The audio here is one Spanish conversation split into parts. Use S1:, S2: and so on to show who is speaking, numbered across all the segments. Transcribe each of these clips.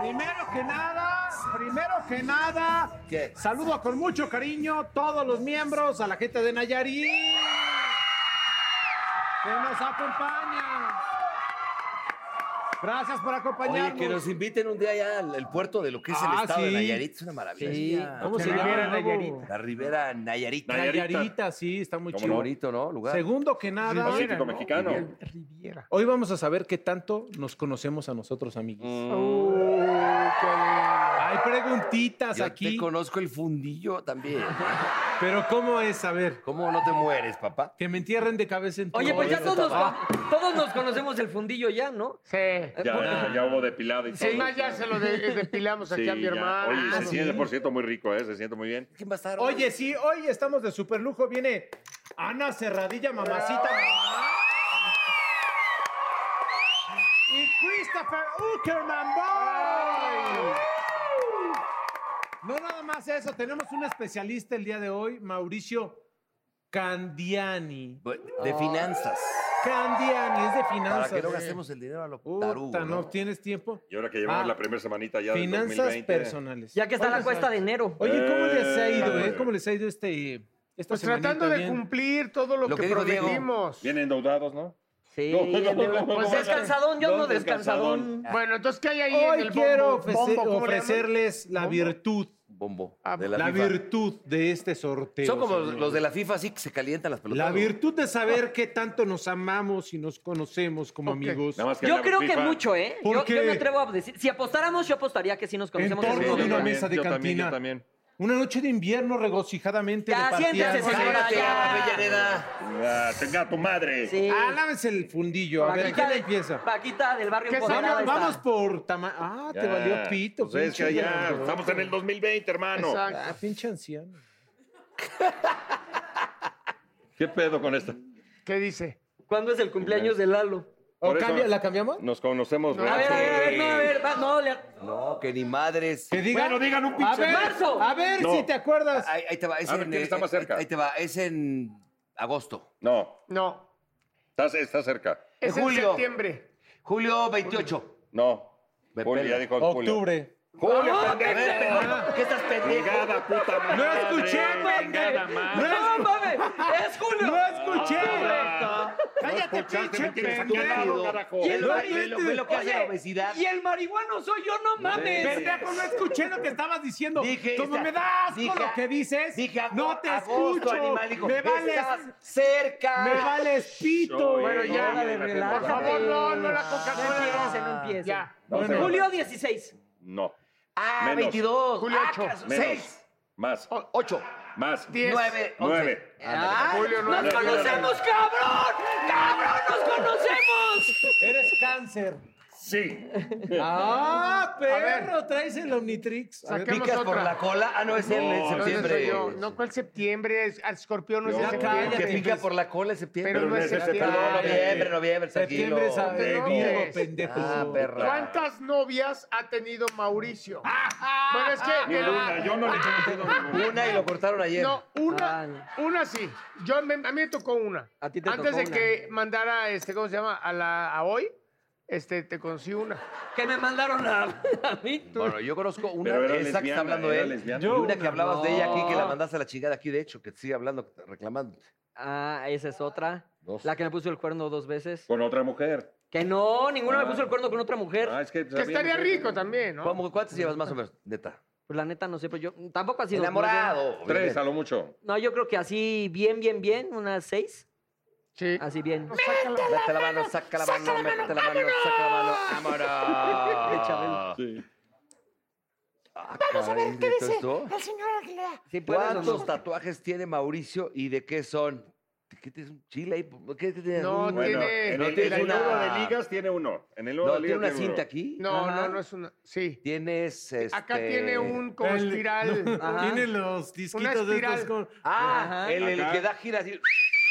S1: Primero que nada, primero que nada, saludo con mucho cariño a todos los miembros, a la gente de Nayarit que nos acompaña. Gracias por acompañarnos.
S2: Oye, que nos inviten un día ya al, al puerto de lo que es
S1: Ah,
S2: el estado
S1: sí.
S2: de Nayarit. Es una maravilla.
S1: Sí.
S2: ¿Cómo
S1: La
S2: se llama?
S1: Ribera Nayarit.
S2: La Ribera Nayarit.
S1: Nayarita, sí, está muy
S2: Qué
S1: chido.
S2: bonito, ¿no? Lugar.
S1: Segundo que nada,
S3: Pacífico mexicano.
S1: hoy vamos a saber qué tanto nos conocemos a nosotros, amigos.
S2: Mm.
S1: Hay preguntitas
S2: Yo
S1: aquí,
S2: te conozco el fundillo también.
S1: pero ¿cómo es? A ver,
S2: ¿Cómo no te mueres, papá? Ah.
S1: que me entierren de cabeza en tu
S4: Oye, pues ya
S1: cabeza.
S4: todos, nos- todos nos conocemos el fundillo ya, ¿no? Eh,
S5: Sí.
S3: Ya, ya hubo depilado y todo.
S5: Es más, ya se lo de- eh, depilamos aquí
S3: Sí,
S5: a mi
S3: ya.
S5: hermano.
S3: Oye, se siente, por cierto, muy rico, ¿eh? Se siente muy bien.
S2: ¿Quién va a estar?
S1: Oye, sí, hoy estamos de super lujo. Viene Ana Cerradilla, mamacita. mamá. Y Christopher Uckerman Boy. No nada más eso, tenemos un especialista el día de hoy, Mauricio Candiani.
S2: De finanzas.
S1: Candiani, es de finanzas.
S2: Para que no gastemos el dinero a lo tarugo.
S1: Puta, no,
S2: ¿no?
S1: ¿tienes tiempo?
S3: Y ahora que llevamos
S1: Ah,
S3: la primera semanita ya del
S1: Finanzas
S3: 2020.
S1: personales.
S4: Ya que está la cuesta de enero.
S1: Oye, ¿cómo
S3: Eh,
S1: les ha ido, eh?
S3: cabrón.
S1: ¿Cómo les ha ido este... esta
S5: Pues tratando
S1: semanita
S5: de
S1: bien?
S5: cumplir todo lo,
S2: Lo
S5: que,
S2: que dijo Diego.
S5: prometimos.
S3: Bien endeudados, ¿no?
S4: Sí.
S3: No, no, no, no,
S4: pues
S3: no,
S4: descansadón, yo
S3: no,
S4: ando
S3: descansadón.
S4: descansadón.
S5: Bueno, entonces, ¿qué hay ahí en
S1: Hoy
S5: el bombo?
S1: quiero
S5: ¿Bombo?
S1: ofrecer-
S5: ¿Cómo le llaman?
S1: ofrecerles la virtud,
S2: Bombo.
S5: Ah,
S2: de
S1: la,
S2: la, FIFA.
S1: virtud de este sorteo.
S2: Son como
S1: señores.
S2: los de la FIFA, sí, que se calientan las pelotas.
S1: La
S2: ¿no?
S1: virtud de saber qué tanto nos amamos y nos conocemos como
S5: Ok.
S1: amigos.
S3: Nada más que
S4: Yo
S3: hagamos
S4: creo que
S3: FIFA.
S4: mucho, ¿eh? Yo- Yo,
S1: Porque-
S4: me atrevo a decir. Si apostáramos, yo apostaría que sí nos conocemos.
S1: En
S3: Sí,
S1: torno
S4: el
S3: yo
S1: de una
S4: fundillo.
S3: también,
S1: mesa de
S3: yo también,
S1: cantina.
S3: yo también.
S1: Una noche de invierno regocijadamente
S4: Ya,
S1: de partidas.
S4: siéntese, señora.
S2: Cállate,
S4: Ya.
S2: Rafael Llaneda.
S3: Ah, tenga tu madre.
S4: Sí.
S1: Ah, lávense el fundillo. A ver,
S4: Paquita
S1: ¿quién
S4: de-
S1: empieza?
S4: Paquita del barrio
S5: ¿Qué
S4: empoderada
S1: Vamos,
S4: está.
S1: vamos por tama- Ah, te
S3: Ya.
S1: valió pito.
S3: Pues es que
S1: pinche
S3: ya
S1: cabrón.
S3: estamos en el 2020, hermano.
S5: Exacto.
S1: Ah, pinche anciano.
S3: ¿Qué pedo con esto?
S5: ¿Qué dice?
S4: ¿Cuándo es el cumpleaños de Lalo?
S1: ¿O
S3: Por eso-
S1: cambia- ¿La cambiamos?
S3: Nos conocemos,
S4: A ver, a ver, a ver, no, a ver, va, no, le-
S2: No, que ni madres.
S1: Que digan.
S3: Bueno, digan un
S1: a
S3: pinche
S1: ver,
S4: marzo.
S1: A ver
S3: No.
S1: si te acuerdas.
S2: Ahí, ahí te va. Es
S3: A ver,
S2: en,
S3: ¿quién
S2: eh,
S3: está más
S2: ahí-
S3: cerca?
S2: Ahí te va. Es en agosto.
S3: No,
S5: No.
S3: estás, estás cerca.
S5: Es
S2: En
S5: en
S2: julio.
S5: septiembre.
S2: Julio 28.
S3: No.
S2: Me
S3: Julio,
S2: pela.
S3: ya dijo Julio.
S1: Octubre.
S3: Julio, pendejo.
S4: ¡No,
S2: A ver, pendejo, ¿Qué estás pendejo?
S3: Chingada puta madre.
S1: No escuché,
S3: Chingada
S1: pendejo.
S3: madre.
S4: ¡No, mames! ¡Es Julio!
S1: No escuché. Cállate,
S3: escuchaste,
S1: pinche
S3: me tienes
S1: pendejo.
S3: atorado,
S4: Y
S3: carajo.
S4: el,
S1: No
S4: ma-
S1: inventes.
S2: Ve lo- ve lo que hace la
S4: Oye,
S2: obesidad.
S4: y el marihuano soy yo, no mames.
S1: Pendejo, no escuché lo que estabas diciendo.
S2: Dije,
S1: Como
S2: esta-
S1: me das
S2: dije-
S1: lo que dices,
S2: Dije, ago-
S1: no te
S2: agosto,
S1: escucho.
S2: animal, dijo,
S1: me vales,
S2: Estabas cerca.
S1: me vales pito.
S3: Bueno,
S4: ya,
S3: No,
S4: de
S3: no,
S4: relajo.
S5: Por favor, no, no la
S4: No
S5: Coca-Cola.
S4: empiece, no empiece.
S5: Ya.
S3: Bueno.
S4: Julio 16.
S3: No.
S2: Ah,
S3: Menos.
S2: 22.
S5: Julio
S2: Ah,
S5: 8.
S2: caso-
S3: Menos.
S2: seis,
S3: Más.
S5: O-
S2: 8.
S3: Más.
S5: Diez.
S2: Nueve,
S3: Nueve.
S2: once. Ah,
S5: Julio
S4: ¡Nos
S5: nueve.
S4: conocemos, cabrón! ¡Cabrón, nos conocemos!
S1: Eres cáncer.
S6: Sí.
S1: ¡Ah,
S5: ver.
S1: perro! Traes el Omnitrix. A ver,
S5: Saquemos
S2: ¿Picas por
S5: otra.
S2: la cola? Ah, no, es el
S6: No,
S2: en
S6: no,
S5: No, ese soy
S2: septiembre.
S5: yo. No, ¿cuál septiembre? Es, al escorpión no es
S6: Ya
S5: en septiembre.
S2: Que
S1: cállate.
S2: pica por la cola en septiembre.
S5: Pero no es
S6: Pero no es
S5: septiembre.
S2: Ah, noviembre, noviembre, tranquilo.
S1: septiembre es a
S5: Te
S1: de
S5: enojes.
S1: Virgo, pendejo.
S2: Ah, perra.
S5: ¿Cuántas novias ha tenido Mauricio? bueno, es que...
S6: Ni una, yo no le he conocido ninguna.
S2: Una y lo cortaron ayer.
S5: No, una,
S7: Ah, no.
S5: una sí. Yo, me- a mí me tocó una.
S7: A ti te
S5: Antes
S7: tocó
S5: de
S7: una.
S5: que mandara, este, ¿cómo se llama? A, la, a hoy, este, te conocí una.
S7: Que me mandaron a, a mí.
S2: Bueno, yo conozco una
S6: Pero
S2: de
S6: era
S2: esas que está
S6: lesbiana,
S2: hablando
S6: era
S2: él.
S6: lesbiana.
S2: Y
S1: Yo
S2: una que
S1: una,
S2: hablabas de ella aquí, que la
S7: no.
S2: mandaste a la chingada aquí, de hecho, que sigue hablando, reclamando.
S7: Ah, esa es otra.
S6: Dos.
S7: La que me puso el cuerno dos veces.
S6: Con otra mujer.
S7: Que no, ninguna me
S6: Ah.
S7: puso el cuerno con otra mujer.
S6: Ah, es que,
S5: Que estaría rico también, ¿no?
S2: ¿Cómo- ¿Cuántas llevas más o menos, neta?
S7: Pues la neta, no sé, pues yo tampoco así.
S2: Enamorado.
S6: Tres
S2: obviamente.
S6: a lo mucho.
S7: No, yo creo que así, bien, bien, bien, unas seis.
S5: Sí.
S7: Así bien.
S2: Mete la mano, saca la mano, mete la mano, saca la mano, vámonos.
S7: Chabelo.
S6: Sí.
S2: Vamos a ver qué dice.
S7: Sí, puedes o no?
S2: ¿Cuántos tatuajes tiene Mauricio y de qué son? ¿Qué tienes un chile ahí? ¿Qué tienes?
S5: No,
S2: un-
S5: tiene-
S6: en
S2: no
S6: el,
S2: tiene
S6: en el
S2: una-
S6: nudo de ligas tiene uno. En el nudo
S2: No,
S6: de
S2: tiene
S6: ligas
S2: una
S6: uno.
S2: cinta aquí.
S5: No,
S7: Ajá.
S5: no, no es una. Sí.
S2: Tienes este...
S5: Acá tiene un como
S1: El-
S5: espiral.
S1: no,
S7: Ajá.
S1: tiene los disquitos de
S5: espiral.
S1: estos. con-
S2: Ah,
S7: Ajá.
S2: el, el
S6: Acá.
S2: que da giras. y-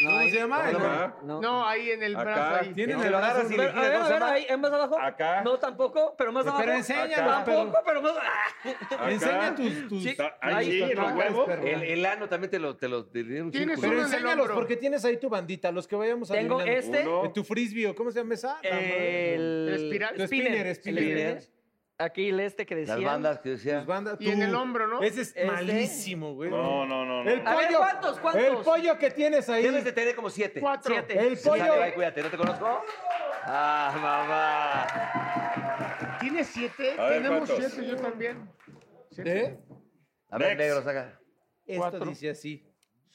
S1: ¿Cómo
S7: ahí-
S1: se llama?
S6: Ajá.
S7: No.
S5: No, ahí en el
S6: Acá
S5: brazo. Ahí.
S1: Tiene
S2: Que
S1: el
S2: lo
S1: brazo-
S2: agarras y
S7: Pero,
S2: le
S7: a ver,
S2: giras.
S7: a
S2: ¿cómo se
S7: ver,
S2: llama?
S7: ahí, ¿eh, más abajo.
S6: Acá.
S7: No, tampoco, pero más
S1: Pero
S7: abajo.
S1: enséñalo,
S6: Acá.
S7: Tampoco,
S1: perro.
S7: pero más abajo.
S6: Acá.
S1: Enseña tus. tus
S7: Sí,
S6: Ahí,
S7: Ahí
S6: sí,
S7: está,
S6: los
S1: tatuajes,
S6: huevos.
S1: perro.
S2: El, el ano también te lo, te lo te dieron un
S5: Tienes
S2: círculo.
S1: Pero
S5: uno en el
S1: enséñalos,
S5: hombro.
S1: porque tienes ahí tu bandita, los que vayamos a
S7: Tengo este.
S6: Uno.
S1: Tu frisbee, ¿o ¿cómo se llama esa? La madre.
S7: El,
S5: El espiral.
S1: Tu spinner,
S7: el
S1: spinner.
S7: Aquí el este que decía.
S2: Las bandas que
S1: Tus
S2: decían.
S1: bandas-
S5: Y en
S1: tú.
S5: el hombro, ¿no?
S1: Ese es
S7: Este.
S1: malísimo, güey.
S6: No, no, no. no.
S1: El
S7: A ver,
S1: pollo.
S7: ¿cuántos, cuántos?
S1: El pollo que tienes ahí.
S2: Debes de tener como siete.
S5: Cuatro.
S7: Siete.
S1: El
S2: Sí,
S1: pollo.
S2: dale, bye, cuídate, no te conozco. Ah, mamá.
S5: ¿Tiene siete?
S6: A ver,
S5: Tenemos
S6: ¿cuántos?
S5: siete, yo también.
S1: ¿Eh?
S2: A ver,
S6: Next.
S2: negro, saca.
S1: Esto dice así.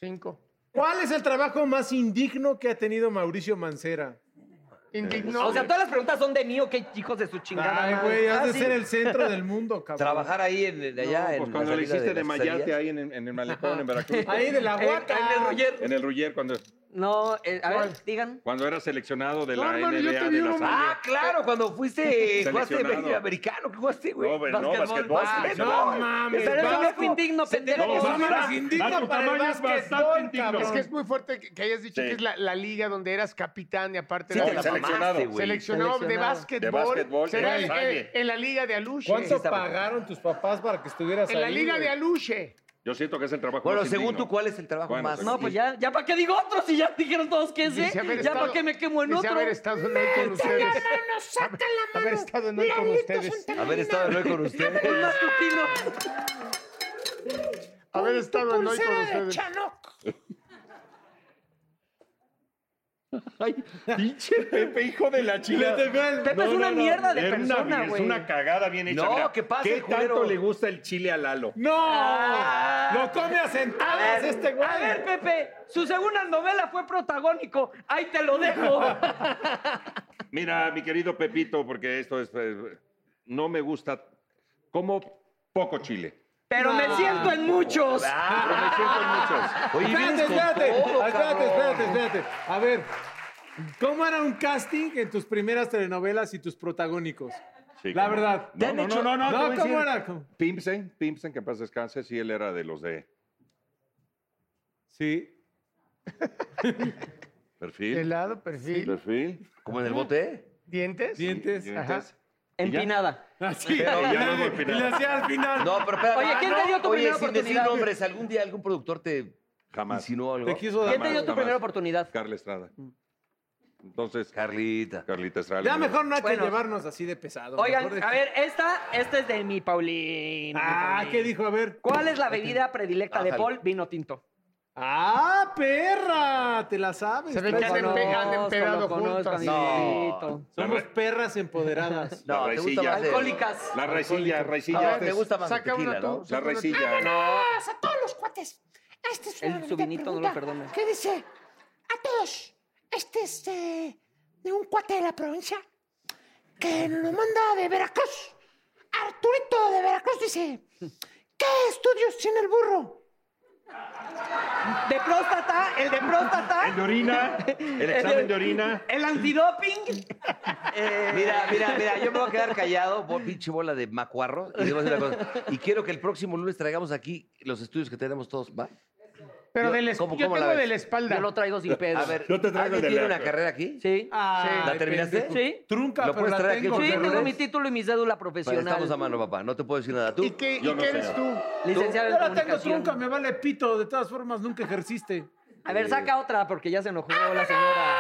S5: Cinco.
S1: ¿Cuál es el trabajo más indigno que ha tenido Mauricio Mancera?
S5: Indignó.
S7: O sea, todas las preguntas son de mí o qué hijos de su chingada.
S1: Ay,
S7: madre.
S1: güey, has
S7: Ah,
S1: de
S7: sí.
S1: ser el centro del mundo,
S5: Ah,
S1: cabrón.
S2: Trabajar ahí en, en- allá
S6: No,
S2: en.
S6: pues
S2: la
S6: cuando le
S2: salida
S6: hiciste de,
S2: las
S6: mayate
S2: pizzerías.
S6: ahí en, el- en el malecón, en Veracruz.
S1: Ahí de la
S7: En,
S1: guaca.
S7: en el Roger.
S6: En el Ruyer, cuando,
S7: No, eh, a ver, digan.
S6: cuando era seleccionado de la
S5: No, hermano, yo
S6: NBA.
S5: te
S6: de
S5: vi
S6: la
S5: uno
S6: selección.
S2: Ah, claro, cuando fuiste. jugaste
S6: Seleccionado.
S2: americano, ¿qué jugaste, güey?
S6: No, güey, no, basquetbol, seleccionado.
S1: No mames.
S7: Pero eso no
S1: vas
S7: es indigno, pendejo.
S6: No,
S1: Eso
S6: vas-
S1: no
S6: vas-
S1: es indigno
S6: vas-
S1: para el
S6: tamaño es
S1: básquetbol,
S6: bastante indigno.
S1: cabrón.
S5: Es que es muy fuerte que, que hayas dicho
S6: Sí.
S5: que es la, la liga donde eras capitán y aparte
S2: Sí,
S6: No,
S2: te
S5: de
S2: la
S6: seleccionado,
S2: mamaste, güey.
S5: seleccionado de
S7: Seleccionado.
S5: básquetbol.
S6: De básquetbol,
S5: Será
S6: de
S5: el-
S6: calle.
S5: el- en la liga de Aluche.
S1: ¿Cuánto
S2: está-
S1: pagaron tus papás para que estuvieras
S5: En la
S1: ahí,
S5: liga
S1: güey?
S5: de Aluche.
S6: Yo siento que es el trabajo
S2: Bueno,
S6: más
S2: según
S6: indigno.
S2: tú, ¿cuál es el trabajo
S6: Bueno,
S2: más?
S7: No, pues ya, ya para qué digo otro si ya dijeron todos que ese.
S5: Dice haber
S7: Ya para
S5: estado-
S7: qué me quemo en
S5: dice
S7: otro.
S5: haber estado en hoy con ustedes. Haber estado en hoy con ustedes.
S2: Haber estado de hoy con ustedes.
S7: Un masculino.
S5: Haber estado en hoy con ustedes.
S6: Ay, pinche Pepe, hijo de la chila.
S7: Pepe es una mierda de
S6: Era una
S7: persona,
S6: vir-
S7: güey.
S6: Es una cagada bien hecha.
S2: No,
S6: mira.
S2: que pase,
S6: ¿Qué tanto
S2: culero.
S6: le gusta el chile a Lalo?
S1: ¡No! Ah. ¡Lo come a sentadas este güey!
S7: Ah. A ver, Pepe, su segunda novela fue protagónico. Ahí te lo dejo.
S6: Mira, mi querido Pepito, porque esto es... eh, No me gusta... Como poco chile.
S7: Pero me siento en muchos.
S6: Pero me siento en muchos.
S2: Oye,
S1: Espérate,
S2: vienes con
S1: espérate,
S2: todo,
S1: espérate,
S2: cabrón.
S1: espérate, espérate. A ver, ¿cómo era un casting en tus primeras telenovelas y tus protagónicos?
S6: Sí,
S1: La
S6: cómo no.
S1: verdad.
S6: No, no, no, no, no. te voy a
S1: ¿cómo
S6: decir.
S1: era? ¿Cómo?
S6: Pimpsen, Pimpsen, que en paz descanse, sí, él era de los de
S1: Sí.
S6: perfil.
S5: Pelado, perfil,
S6: Perfil.
S2: ¿Como en el bote?
S5: dientes.
S1: Dientes.
S5: Ajá. Ah,
S7: Empinada.
S1: Así.
S2: Pero ya
S6: luego al
S1: y
S6: final.
S1: le hacía al final.
S2: No, pero espérate.
S7: Oye, ¿quién
S2: Ah,
S7: te
S2: no,
S7: dio tu
S2: oye,
S7: primera
S2: sin decir
S7: oportunidad?
S2: nombres, ¿algún día algún productor te
S6: Jamás.
S2: insinuó algo?
S1: Te quiso dar.
S7: ¿Quién te dio tu
S6: jamás.
S7: primera oportunidad? Mm.
S6: Carla Estrada. Entonces,
S2: Carlita.
S6: Carlita Estrada.
S1: Ya mejor no hay que
S7: Bueno.
S1: llevarnos así de pesado.
S7: Oigan,
S1: mejor de-
S7: a ver, esta, esta es de mi Paulina.
S1: Ah, ¿qué dijo? A ver.
S7: ¿Cuál es la bebida predilecta de
S2: Ájale.
S7: Paul? Vino tinto.
S1: ¡Ah, perra! Te la sabes.
S5: Se ve que
S8: Pues,
S1: perra.
S5: han empe- han
S7: Conozco,
S5: empeado
S7: lo conozco,
S5: juntas.
S7: amiguito.
S1: Somos perras empoderadas.
S2: No,
S6: La
S2: te gusta
S6: raicilla.
S2: más el-
S7: Alcohólicas.
S6: La raicilla,
S2: No,
S6: raicilla.
S2: te gusta más el
S5: Saca una
S2: tequila,
S5: tú.
S2: ¿no?
S6: La raicilla.
S4: a todos los cuates. Este es una
S7: El subinito no lo perdona.
S4: ¿Qué dice? A todos. Este es eh, de un cuate de la provincia que nos lo manda de Veracruz. Arturito de Veracruz dice, ¿qué estudios tiene el burro?
S7: De próstata, el de próstata.
S4: El de orina, el examen de orina.
S7: El antidoping. eh,
S2: Mira, mira, mira, yo me voy a quedar callado, bo- pinche bola de macuarro. Y, les voy a decir una cosa. Y quiero que el próximo lunes traigamos aquí los estudios que tenemos todos, ¿va?
S5: Pero
S2: Yo-
S5: de la, es-
S2: ¿cómo-
S5: yo
S2: cómo la
S5: tengo de
S2: ves?
S5: la espalda.
S8: Yo lo traigo sin pedo.
S2: A ver,
S4: Yo te traigo
S2: ¿alguien
S4: de
S2: tiene
S4: la-
S2: una carrera aquí?
S8: Sí.
S5: Ay,
S2: ¿La terminaste?
S5: pendejo.
S8: Sí.
S2: ¿Lo
S5: Trunca, pero
S2: puedes
S5: la
S2: traer aquí
S5: tengo.
S8: Sí,
S2: el
S8: tengo
S2: lunes?
S8: mi título y mi cédula profesional.
S2: Estamos a mano, papá. No te puedo decir nada. ¿Tú?
S5: ¿Y qué, y
S4: Yo no
S5: qué
S4: sé.
S5: eres tú?
S8: Licenciado
S1: Yo
S8: en
S1: la tengo
S8: comunicación.
S1: trunca, me vale pito. De todas formas, nunca ejerciste.
S8: A ver, saca otra porque ya se enojó la señora.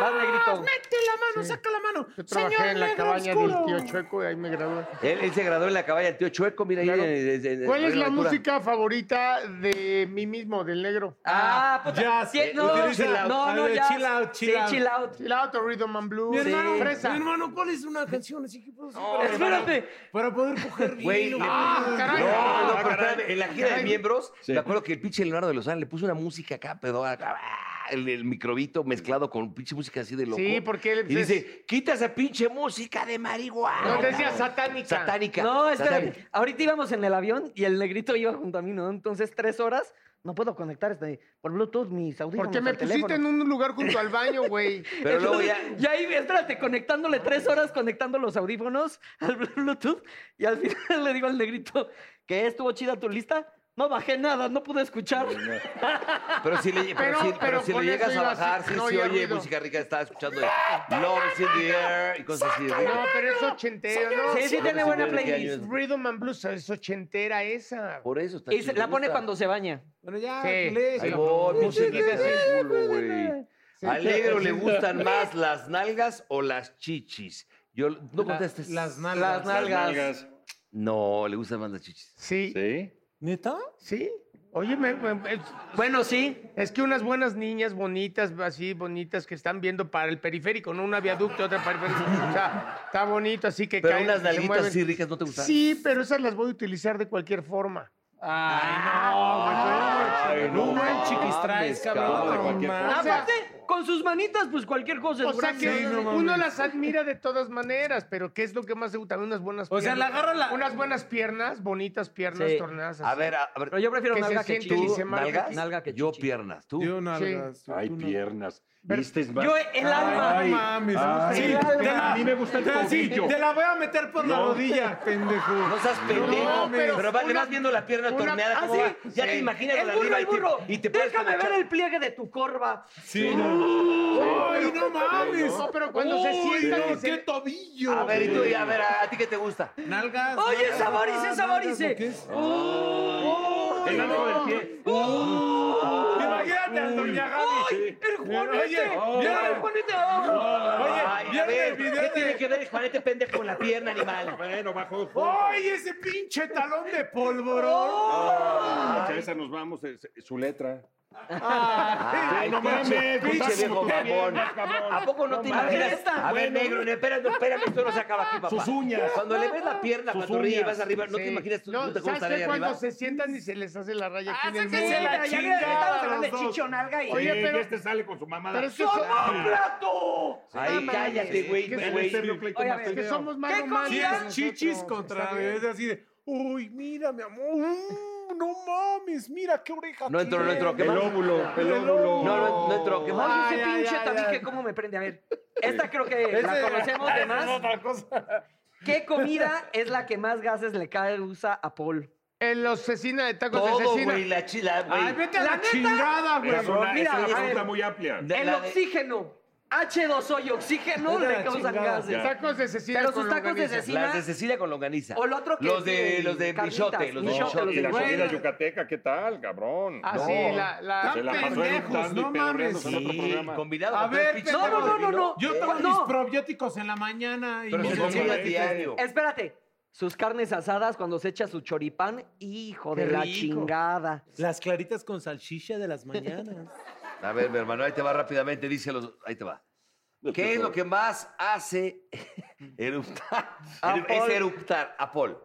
S8: Vas,
S5: ¡Ah,
S8: negrito.
S9: Mete la mano, saca la mano.
S5: Yo trabajé
S9: Señor
S5: en la
S9: negro
S5: cabaña
S9: oscuro.
S5: del tío Chueco y ahí me gradué.
S2: Él, él se graduó en la cabaña del tío Chueco, mira
S5: Claro.
S2: ahí. en- en- en-
S5: ¿Cuál es
S2: en
S5: la
S2: lectura.
S5: música favorita de mí mismo, del negro?
S8: Ah, puta.
S1: ya,
S8: Sí,
S1: eh,
S8: no,
S1: utiliza-
S8: no,
S1: a
S8: no,
S1: ver,
S8: ya.
S1: chill out, chill
S8: sí,
S1: out.
S8: chill out.
S5: Sí, La otra, Rhythm and Blues.
S1: Mi hermano,
S5: Fresa.
S1: mi hermano, ¿cuál es una canción así que puedo hacer para-
S7: Espérate.
S1: Para poder coger bien.
S2: Güey, le-
S1: loco?
S5: caray.
S2: No,
S5: Ah,
S2: no, pero espérame, en la gira de
S5: Caray.
S2: miembros,
S4: Sí.
S2: me acuerdo que el pinche Leonardo de Lozán le puso una música acá, pero acá, ah, el, el microbito mezclado con pinche música así de loco.
S5: Sí, porque él
S2: Y
S5: es-
S2: dice, quita esa pinche música de marihuana.
S5: No, decía satánica.
S2: Satánica.
S7: No, espérate.
S2: Satánica.
S7: Ahorita íbamos en el avión y el negrito iba junto a mí, ¿no? Entonces, tres horas, no puedo conectar este, por Bluetooth mis audífonos.
S5: Porque me
S7: al
S5: pusiste
S7: teléfono.
S5: en un lugar junto al baño, güey.
S2: Pero luego ya...
S7: Entonces, Y ahí, espérate, conectándole tres horas, conectando los audífonos al Bluetooth. Y al final le digo al negrito, que estuvo chida tu lista. No bajé nada, no pude escuchar.
S2: Pero si le, pero
S5: Pero-
S2: si,
S5: pero
S2: pero si le
S5: con
S2: llegas
S5: eso
S2: a
S5: ibas-
S2: bajar, sí,
S5: no
S2: sí,
S5: oía
S2: oye,
S5: ruido.
S2: música rica, estaba escuchando de Love is in the air y cosas así.
S5: No,
S2: rica.
S5: pero es ochentero, ¿no?
S7: Sí, sí, tiene
S2: sí,
S7: buena
S2: pero ¿qué
S7: playlist.
S2: año
S5: Rhythm and Blues es ochentera esa.
S2: Por eso está
S7: Y se-
S2: chido,
S7: la
S2: me
S7: pone
S2: gusta.
S7: cuando se baña.
S1: Bueno, ya,
S5: Sí.
S1: lee.
S2: Ahí voy, musiquita de culo, güey.
S5: Sí.
S2: A Negro le gustan más las nalgas o las chichis. Yo no
S1: La-
S2: contestes.
S1: las nalgas.
S7: Las nalgas.
S2: No, le gustan más las chichis.
S5: Sí, sí.
S4: ¿Sí?
S1: ¿Neta?
S5: Oye, me- me- es,
S7: Bueno, sí.
S5: eh, es que unas buenas niñas bonitas, así bonitas, que están viendo para el periférico, ¿no? Una viaducto, otra periférico. O sea, está bonito, así que
S2: Pero
S5: caen,
S2: unas
S5: se
S2: nalguitas
S5: mueven.
S2: así ricas no te gustan.
S5: Sí, pero esas las voy a utilizar de cualquier forma.
S1: Ay, no,
S2: no
S1: manches,
S2: mames,
S1: chiquistraes,
S2: cabrón, de
S1: cabrón.
S2: cualquier
S1: no
S5: cosa.
S1: manches.
S7: Aparte, con sus manitas, pues cualquier cosa.
S5: O
S7: es
S5: sea
S7: grande.
S5: que
S1: Sí, no mames.
S5: uno las admira de todas maneras, pero ¿qué es lo que más te gusta? Unas buenas
S1: O sea,
S5: piernas.
S1: la agarra la-
S5: Unas buenas piernas, bonitas piernas,
S7: Sí.
S5: tornadas.
S2: A
S5: así.
S2: ver, a, a
S7: Pero
S2: ver.
S7: yo prefiero
S5: Que se
S7: nalga que
S5: sienten
S7: chichi.
S5: y se marquen.
S2: ¿Nalgas?
S7: Nalga que
S2: Yo
S7: chichi.
S2: piernas. ¿Tú.
S1: Yo nalgas. tú,
S4: Ay,
S1: tú no.
S4: piernas.
S5: Pero-
S4: Viste, es
S7: Yo,
S4: más-
S7: el alma.
S4: Ay,
S1: No mames.
S4: ay.
S1: sí,
S4: Sí,
S1: te la-
S4: a mí me gusta el
S1: te- sí,
S4: tobillo.
S1: Te la voy a meter por la
S4: No.
S1: rodilla, pendejo.
S2: No seas pendejo,
S5: mames.
S2: pero, va- le
S5: Una-
S2: vas viendo la pierna
S5: una-
S2: torneada.
S5: ah,
S2: ¿cómo
S5: sí.
S2: va? Ya te
S5: Sí.
S2: imaginas
S7: El
S2: la
S7: burro,
S2: arriba
S7: el
S2: y te-
S7: burro.
S2: y te puedes
S7: Déjame ver
S2: agachar.
S7: el pliegue de tu corva.
S1: Sí. Ay, no mames.
S5: No, pero cuando se
S1: Uy,
S5: sientan
S1: no,
S5: y se-
S1: qué tobillo.
S2: A ver, y tú, y a ver, a, a ti qué te gusta.
S1: Nalgas.
S7: Oye,
S1: nalgas,
S7: saborice,
S1: nalgas,
S7: saborice.
S1: ¿o qué es?
S4: El arco del pie.
S1: Imagínate a Doña Gaby.
S7: ¡Ay, el
S1: Oye,
S7: Juanete!
S1: mira.
S7: ¡El Juanete! ¡Oh!
S1: Oye,
S2: Ay, a
S1: ¿vieron el
S2: ver,
S1: video
S2: ¿qué tiene
S1: de-
S2: que ver el Juanete pendejo con la pierna, animal?
S4: Bueno, bajo.
S1: ¡Ay, ese pinche talón de polvorón!
S2: Oh.
S4: Ah, a esa nos vamos,
S1: eh,
S4: es- es su letra.
S2: Ay,
S4: no
S2: pinche-
S4: mames,
S2: pinche
S4: estás
S2: viejo
S4: como tú
S2: babón.
S4: vienes, cabrón.
S2: ¿A poco no, te
S7: mames.
S2: imaginas?
S7: Esta.
S2: A ver, negro, no, espérame, espérame, esto no se acaba aquí, papá.
S4: Sus uñas.
S2: Cuando le ves la pierna a
S4: Sus
S2: pantorrilla y
S4: uñas.
S2: vas arriba, ¿no te
S5: Sí.
S2: imaginas tú,
S5: No,
S2: tú te cómo
S5: ¿sabes
S2: estar
S5: qué?
S2: ahí
S5: cuando
S2: arriba? Ah,
S5: se sientan y se les hace la raya aquí en el
S7: Ah, Sí,
S5: medio.
S1: la
S7: pero ya
S1: chingada,
S7: estamos hablando de
S1: los dos.
S7: chichonalga y...
S5: Oye,
S4: Sí,
S5: pero-
S4: y este sale con su mamada.
S5: Pero es que,
S7: plato!
S5: No
S2: Ay,
S5: mames.
S2: cállate, güey,
S5: ¿Qué
S2: ve,
S5: se-
S2: güey.
S1: este
S7: Oye, a ver,
S5: que somos más
S7: ¿Qué
S1: Sí,
S5: románticos.
S1: es chichis
S5: nosotros,
S1: contra
S5: está bien.
S1: es así de, uy, mira, mi amor, mm, no mames, mira qué oreja
S2: No entró, no
S1: tiene".
S2: entró, ¿qué
S4: El
S2: más?
S4: óvulo, el
S1: El
S4: óvulo.
S2: No, no, no entró, ¿qué más?
S7: Oye,
S1: Ay,
S7: ese
S1: ay,
S7: pinche
S1: ay,
S7: tabique,
S1: ay.
S7: cómo me prende. A ver, esta creo que
S1: Ese-
S7: la conocemos de
S1: esa es
S7: más.
S1: otra cosa.
S7: ¿Qué comida es la que más gases le causa a Paul?
S5: El asesina de tacos
S2: Todo,
S5: asesina.
S2: güey, la chila,
S1: Ay,
S2: güey.
S1: vete a
S7: La
S1: la,
S7: neta,
S1: chingada, güey.
S4: Es una,
S7: Mira,
S4: es una
S7: a ver.
S4: pregunta muy amplia.
S2: De-
S7: El
S2: la de-
S7: oxígeno. H2O y oxígeno
S1: Vete a
S7: le
S1: la
S7: causan
S1: chingada.
S7: gases.
S4: Ya.
S5: Tacos de asesina
S7: Pero
S5: con
S7: sus tacos de
S5: longaniza.
S7: asesina-
S2: Las de Cecilia con longaniza.
S7: O el otro que
S2: Los
S7: es
S2: de,
S7: de
S2: los de
S7: carnitas,
S2: Michote, los de
S4: No,
S7: michote,
S2: Michote.
S4: y la
S7: Bueno.
S4: comida yucateca, ¿qué tal, cabrón?
S5: Ah,
S4: No,
S5: sí, la, la-
S4: Se la
S1: Tan
S4: pasó
S1: pendejos,
S4: eructando
S1: no
S4: y pedorreándose en
S1: mames.
S4: otro programa.
S2: combinado
S1: A
S2: con tres
S1: ver,
S2: pinches
S1: pendejo.
S2: tacos de
S7: No, no, no, no.
S2: vino.
S1: Yo tomo
S7: No.
S1: mis probióticos en la mañana y
S2: Pero
S1: mis
S2: se
S4: Eso sí,
S2: consigue
S1: probióticos.
S4: sí,
S2: diario.
S7: Espérate. Sus carnes asadas cuando se echa su choripán, hijo
S5: Qué
S7: de la
S5: rico.
S7: chingada.
S1: Las claritas con salchicha de las mañanas.
S2: A ver, mi hermano, ahí te va rápidamente, dice los. Ahí te va. ¿Qué es lo que más hace eruptar?
S7: A
S2: Eru-
S7: Paul.
S2: Es eruptar, a Paul.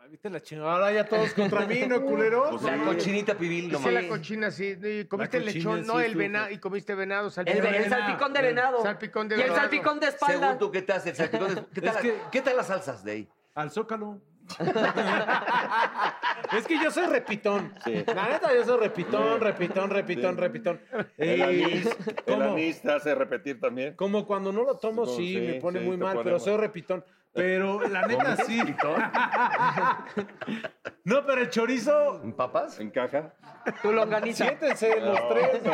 S1: Ay, Viste la chingada, ahora ya todos contra mí, ¿no, culeros?
S2: La cochinita pibil, no
S5: Hice la
S2: mames.
S5: cochina, sí. y comiste
S1: cochina,
S5: lechón,
S1: sí,
S5: no el
S1: tú,
S5: venado.
S1: tú.
S5: Y comiste venado,
S7: El,
S5: salpicón.
S7: ve- el
S1: venado.
S7: salpicón de venado.
S5: Salpicón de
S7: Y el
S5: venado.
S7: salpicón de espalda.
S2: Según tú, ¿qué te hace el salpicón? ¿Qué tal,
S1: Es que-
S2: ¿qué tal las salsas de ahí?
S1: Al zócalo. Es que yo soy repitón.
S3: Sí.
S1: La neta, yo soy repitón,
S3: Sí.
S1: repitón, repitón,
S3: Sí.
S1: repitón.
S3: El
S1: Eh,
S3: anís, el
S1: ¿cómo?
S3: anís te hace repetir también.
S1: Como cuando no lo tomo,
S3: Como-
S1: sí,
S3: sí,
S1: me pone
S3: sí,
S1: muy
S3: te
S1: mal,
S3: pone
S1: pero
S3: mal.
S1: soy repitón. Pero la neta
S3: ¿Comes
S1: sí. no, pero el chorizo.
S2: ¿En papas?
S3: ¿En caja?
S4: Tu longaniza.
S1: Siéntense los tres. ¿no?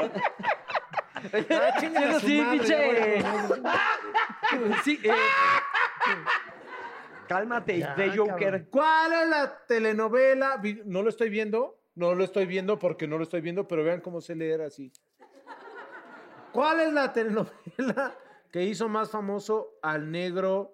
S1: Ah, chinguen a
S4: Pero
S1: su
S4: sí,
S1: madre,
S4: pinche.
S1: ya voy
S4: Sí, eh. Cálmate,
S1: Ya,
S5: Ah,
S4: de Joker.
S1: cabrón. ¿Cuál es la telenovela? Vi- No lo estoy viendo, no lo estoy viendo porque no lo estoy viendo, pero vean cómo se leer así. ¿Cuál es la telenovela que hizo más famoso al negro?